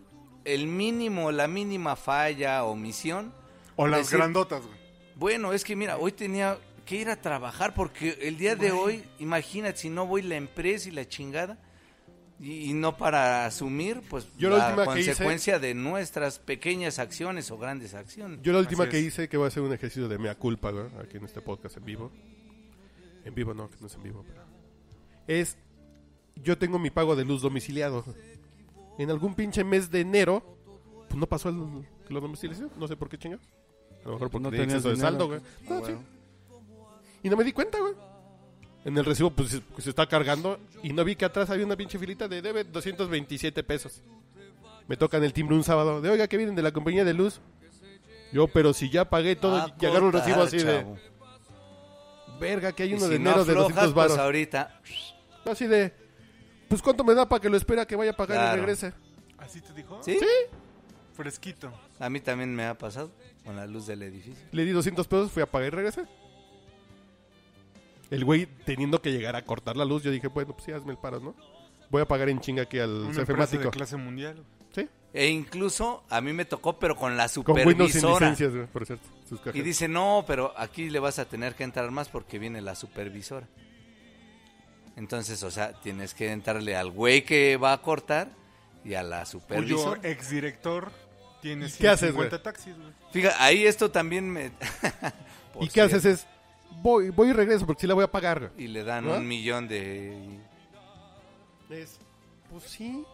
S1: el mínimo, la mínima falla, omisión.
S3: O las
S1: Decir-
S3: grandotas, güey.
S1: Bueno, es que mira, hoy tenía que ir a trabajar porque el día de hoy, imagínate, si no voy la empresa y la chingada y, y no para asumir, pues
S2: Yo la
S1: la,
S2: última que hice-
S1: consecuencia de nuestras pequeñas acciones o grandes acciones.
S2: Yo la última
S3: Así
S2: que
S3: es.
S2: hice, que voy a hacer un ejercicio de mea culpa, güey, aquí en este podcast en vivo. En vivo no, que no es en vivo, pero... Es, yo tengo mi pago de luz domiciliado. En algún pinche mes de enero, pues no pasó el, la domiciliación, no sé por qué chingados. A lo mejor porque
S4: No
S2: tenía
S4: tenías
S2: exceso de
S4: dinero. Ah,
S2: saldo, güey. No, sí. Y no me di cuenta, güey. En el recibo, pues se, pues, se está cargando y no vi que atrás había una pinche filita de debe 227 pesos. Me tocan el timbre un sábado. De oiga, que vienen de la compañía de luz. Yo, pero si ya pagué todo
S1: Ah,
S2: y agarro un
S1: contar,
S2: recibo así de.
S1: chavo.
S2: Verga, que hay
S1: Y
S2: uno
S1: si
S2: de
S1: no
S2: enero de
S1: aflojas,
S2: 200
S1: pues
S2: varos.
S1: ahorita
S2: así de. Pues cuánto me da para que lo espera que vaya a pagar y
S1: Claro.
S2: regrese.
S3: ¿Así te dijo?
S1: ¿Sí?
S3: Fresquito.
S1: A mí también me ha pasado con la luz del edificio.
S2: Le di 200 pesos, fui a pagar y regresé. El güey teniendo que llegar a cortar la luz, yo dije, bueno, pues sí, hazme el paro, ¿no? Voy a pagar en chinga aquí al
S3: Una
S2: jefe
S3: empresa de
S2: mático.
S3: clase mundial.
S2: Sí,
S1: E incluso a mí me tocó, pero con la
S2: con Windows sin
S1: supervisora.
S2: licencias, güey, por cierto. Sus cajas.
S1: Y dice, no, pero aquí le vas a tener que entrar más porque viene la supervisora. Entonces, o sea, tienes que entrarle al güey que va a cortar y a la
S3: Cuyo
S1: supervisora.
S3: exdirector tiene
S2: ¿Qué haces,
S3: 150 taxis, güey.
S1: Fija, ahí esto también me... Por
S2: ¿Y eh. qué haces?
S1: cierto,
S2: Es, voy, voy y regreso porque sí la voy a pagar, güey.
S1: Y le dan
S2: ¿No?
S1: un millón de...
S2: Es, pues sí.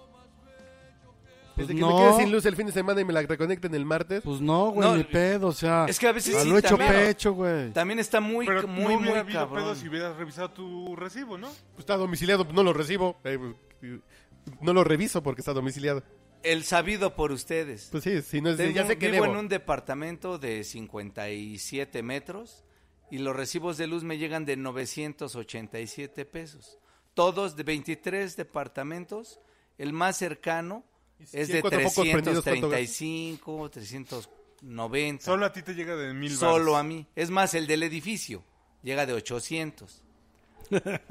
S4: Pues
S2: Desde que
S4: no.
S2: me quedé sin luz el fin de semana y me la reconecten el martes.
S4: Pues no, güey,
S1: No,
S4: ni pedo, o sea.
S1: es que a veces
S4: a
S1: sí
S4: lo hecho
S1: también.
S4: pecho, güey.
S1: También está muy,
S3: Pero
S1: muy,
S3: no hubiera
S1: muy
S3: habido
S1: cabrón.
S3: pedo si hubieras revisado tu recibo, ¿no?
S2: Pues está domiciliado, no lo recibo. eh, no lo reviso porque está domiciliado.
S1: El sabido por ustedes.
S2: Pues sí, si no es de-
S1: Tengo-
S2: ya sé que
S1: vivo
S2: debo.
S1: en un departamento de 57 metros y los recibos de luz me llegan de 987 pesos. Todos de 23 departamentos, el más cercano es
S2: si
S1: de
S2: encuentro pocos prendidos, cuánto gastas?
S1: 335, 390.
S3: Solo a ti te llega de mil
S1: Solo
S3: varos.
S1: a mí. Es más, el del edificio llega de 800.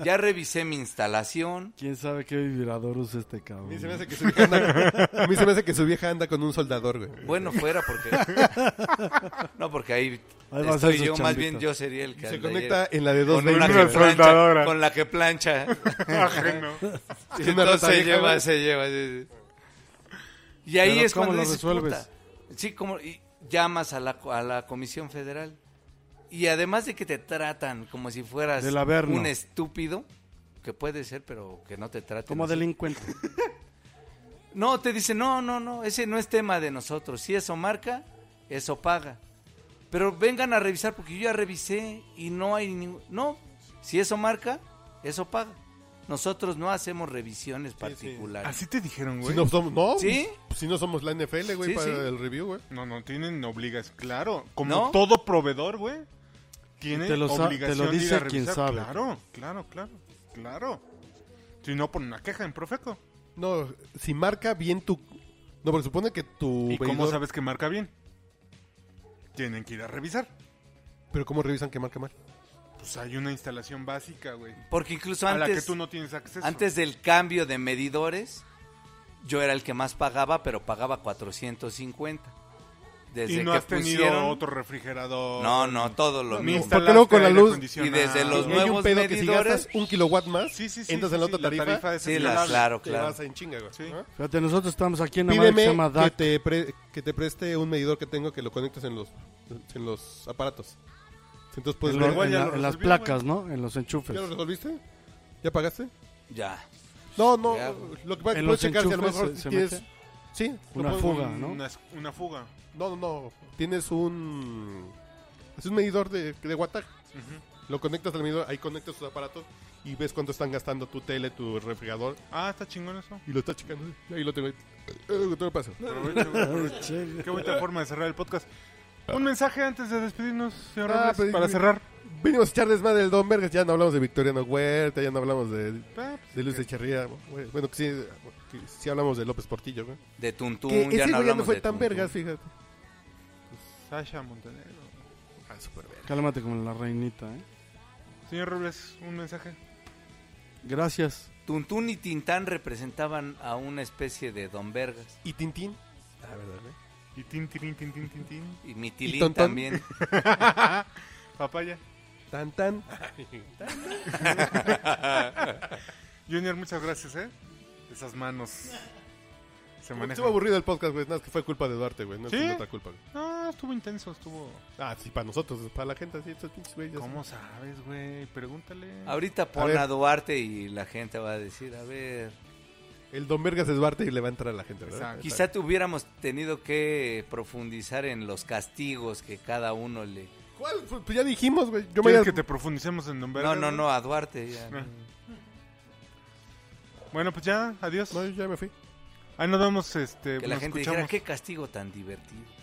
S1: ya revisé mi instalación.
S4: ¿Quién sabe qué vibrador usa este cabrón?
S2: A mí se me hace que su vieja anda, a mí se me hace que su vieja anda con un soldador, güey.
S1: Bueno, fuera porque... no, porque ahí...
S4: va a hacer
S1: estoy
S4: su
S1: yo, más
S4: chambita.
S1: bien yo sería el que
S2: Se
S1: andaría-
S2: conecta en la de dos
S1: con, una
S2: veinte,
S1: que
S3: Una
S2: güey.
S3: soldadora.
S1: plancha, con la que plancha.
S3: Ajeno.
S2: Es una
S1: Entonces
S2: rata
S1: se
S2: vieja,
S1: lleva,
S2: güey.
S1: se lleva. sí, sí. Y ahí
S4: Pero
S1: es
S4: ¿cómo
S1: cuando
S4: lo
S1: dices,
S4: resuelves?
S1: puta, sí, como y llamas a la, co- a la Comisión Federal. Y además de que te tratan como si fueras
S4: Del Averno.
S1: un estúpido, que puede ser, pero que no te traten.
S4: Como
S1: así.
S4: delincuente.
S1: No, te dicen, no, no, no, ese no es tema de nosotros. Si eso marca, eso paga. Pero vengan a revisar porque yo ya revisé y no hay ningún... No, si eso marca, eso paga. Nosotros no hacemos revisiones particulares.
S3: Así te dijeron, güey.
S2: Si no somos, no,
S1: ¿Sí?
S2: pues, si no somos la NFL, güey,
S1: Sí,
S2: para
S1: sí.
S2: el review, güey.
S3: No, no tienen obligación. Claro, como
S1: ¿No?
S3: todo proveedor, güey. Tiene
S4: Te lo sa-
S3: obligación
S4: te lo
S3: de ir
S4: dice
S3: a revisar.
S4: quien sabe.
S3: Claro, claro, claro. Claro. Si no, ponen una queja en Profeco.
S2: No, si marca bien tu No, porque supone que tu
S3: ¿Y cómo
S2: veedor-
S3: sabes que marca bien? Tienen que ir a revisar.
S2: pero cómo revisan que marca mal?
S3: Pues hay una instalación básica, güey.
S1: Porque incluso
S3: A la que
S1: antes,
S3: tú no tienes acceso.
S1: antes del cambio de medidores, yo era el que más pagaba, pero pagaba 450. Desde
S3: y no
S1: que
S3: has tenido
S1: pusieron-
S3: otro refrigerador.
S1: No, no, todo lo
S3: Ni
S1: mismo.
S3: instalaste
S2: luego con la
S3: aire
S2: luz-
S3: acondicionado.
S1: Y desde los
S2: Y
S1: nuevos
S2: hay un pedo que si
S1: medidores-
S2: gastas un kilowatt más,
S3: Sí, sí, sí.
S2: entras
S3: sí,
S2: en la
S3: sí,
S2: otra tarifa,
S3: es
S1: Sí, la-
S3: escalable.
S1: claro,
S2: te
S1: claro.
S2: vas en chinga, güey.
S3: Sí.
S2: Ajá.
S4: Fíjate, nosotros estamos aquí en una madre que se
S2: Pídeme
S4: llama
S2: que
S4: DAC.
S2: te, pre- que te preste un medidor que tengo que lo conectes en los, en los aparatos. Entonces puedes ver-
S4: en, pues. lo-
S3: igual
S4: en
S3: ya
S4: la-
S3: lo
S4: en las
S3: resolví, güey.
S4: placas, ¿no? En los
S2: ¿Ya
S4: enchufes.
S2: lo resolviste? ¿Ya pagaste?
S1: Ya.
S2: No, no.
S1: Ya.
S2: Lo que pasa es que
S4: En
S2: puedes
S4: los
S2: checar si a lo
S4: enchufes
S2: mejor
S4: se- se
S2: tienes.
S4: mete
S2: Sí, lo
S4: una
S2: puedes-
S4: fuga, ¿no?
S3: Una, una fuga.
S2: No, no, no. Tienes un. Es un medidor de, de wattaje. Lo conectas al medidor, ahí conectas tus aparatos y ves cuánto están gastando tu tele, tu refrigerador
S3: Ah, está chingón eso.
S2: y lo estás checando. Y ahí lo tengo ahí. Eh, te lo paso.
S3: Aprovecho, güey, aprovecho. Qué bonita forma de cerrar el podcast. Un mensaje antes de despedirnos, señor
S2: Ah,
S3: Robles,
S2: pero-
S3: para cerrar.
S2: Venimos a echar desmadre del Don Vergas. Ya no hablamos de Victoriano Huerta, ya no hablamos de,
S3: Ah,
S2: de Luis Echeverría. Bueno, que sí, que sí hablamos de López Portillo. güey.
S1: De Tuntún,
S2: Que
S1: ya no
S2: ese güey ya
S1: hablamos
S2: no fue
S1: de
S2: tan
S1: Tuntún.
S2: vergas, fíjate.
S3: Sasha Montenegro.
S2: Ah, súper vergas.
S4: Cálmate como la reinita, ¿eh?
S3: Señor Robles, un mensaje.
S4: Gracias.
S1: Tuntún y Tintán representaban a una especie de Don Vergas.
S2: Y Tintín. Ah, verdad, güey.
S3: Y tin, tin, tin, tin, tin, tin.
S1: Y Mitilín
S2: Tontón?
S1: también.
S3: Papaya.
S2: Tan, tan.
S3: Junior, muchas gracias, ¿eh? Esas manos se
S2: Estuvo
S3: manejan.
S2: aburrido el podcast, güey. Nada, más que fue culpa de Duarte, güey. No
S3: ¿Sí?
S2: es otra culpa, güey.
S3: No, estuvo intenso, estuvo...
S2: Ah, sí, para nosotros, para la gente, así, estos pinches güeyes.
S3: ¿Cómo sabes, güey? Pregúntale.
S1: Ahorita pon
S2: ver.
S1: a, Duarte y la gente va a decir, a ver,
S2: El Don Vergas es Duarte y le va a entrar a la gente, ¿verdad?
S3: Exacto.
S1: quizá te hubiéramos tenido que profundizar en los castigos que cada uno le...
S2: ¿Cuál? Pues pues ya dijimos, güey. Yo me
S3: ¿Quieres
S2: voy a...
S3: que te profundicemos en Don
S1: No,
S3: Vergas,
S1: no,
S3: güey?
S1: no, a Duarte. ya.
S3: Ah. Bueno, pues ya, adiós.
S2: No, yo ya me fui.
S3: Ahí nos vemos, este,
S1: Que la
S3: nos
S1: gente
S3: escuchamos.
S1: dijera, qué castigo tan divertido.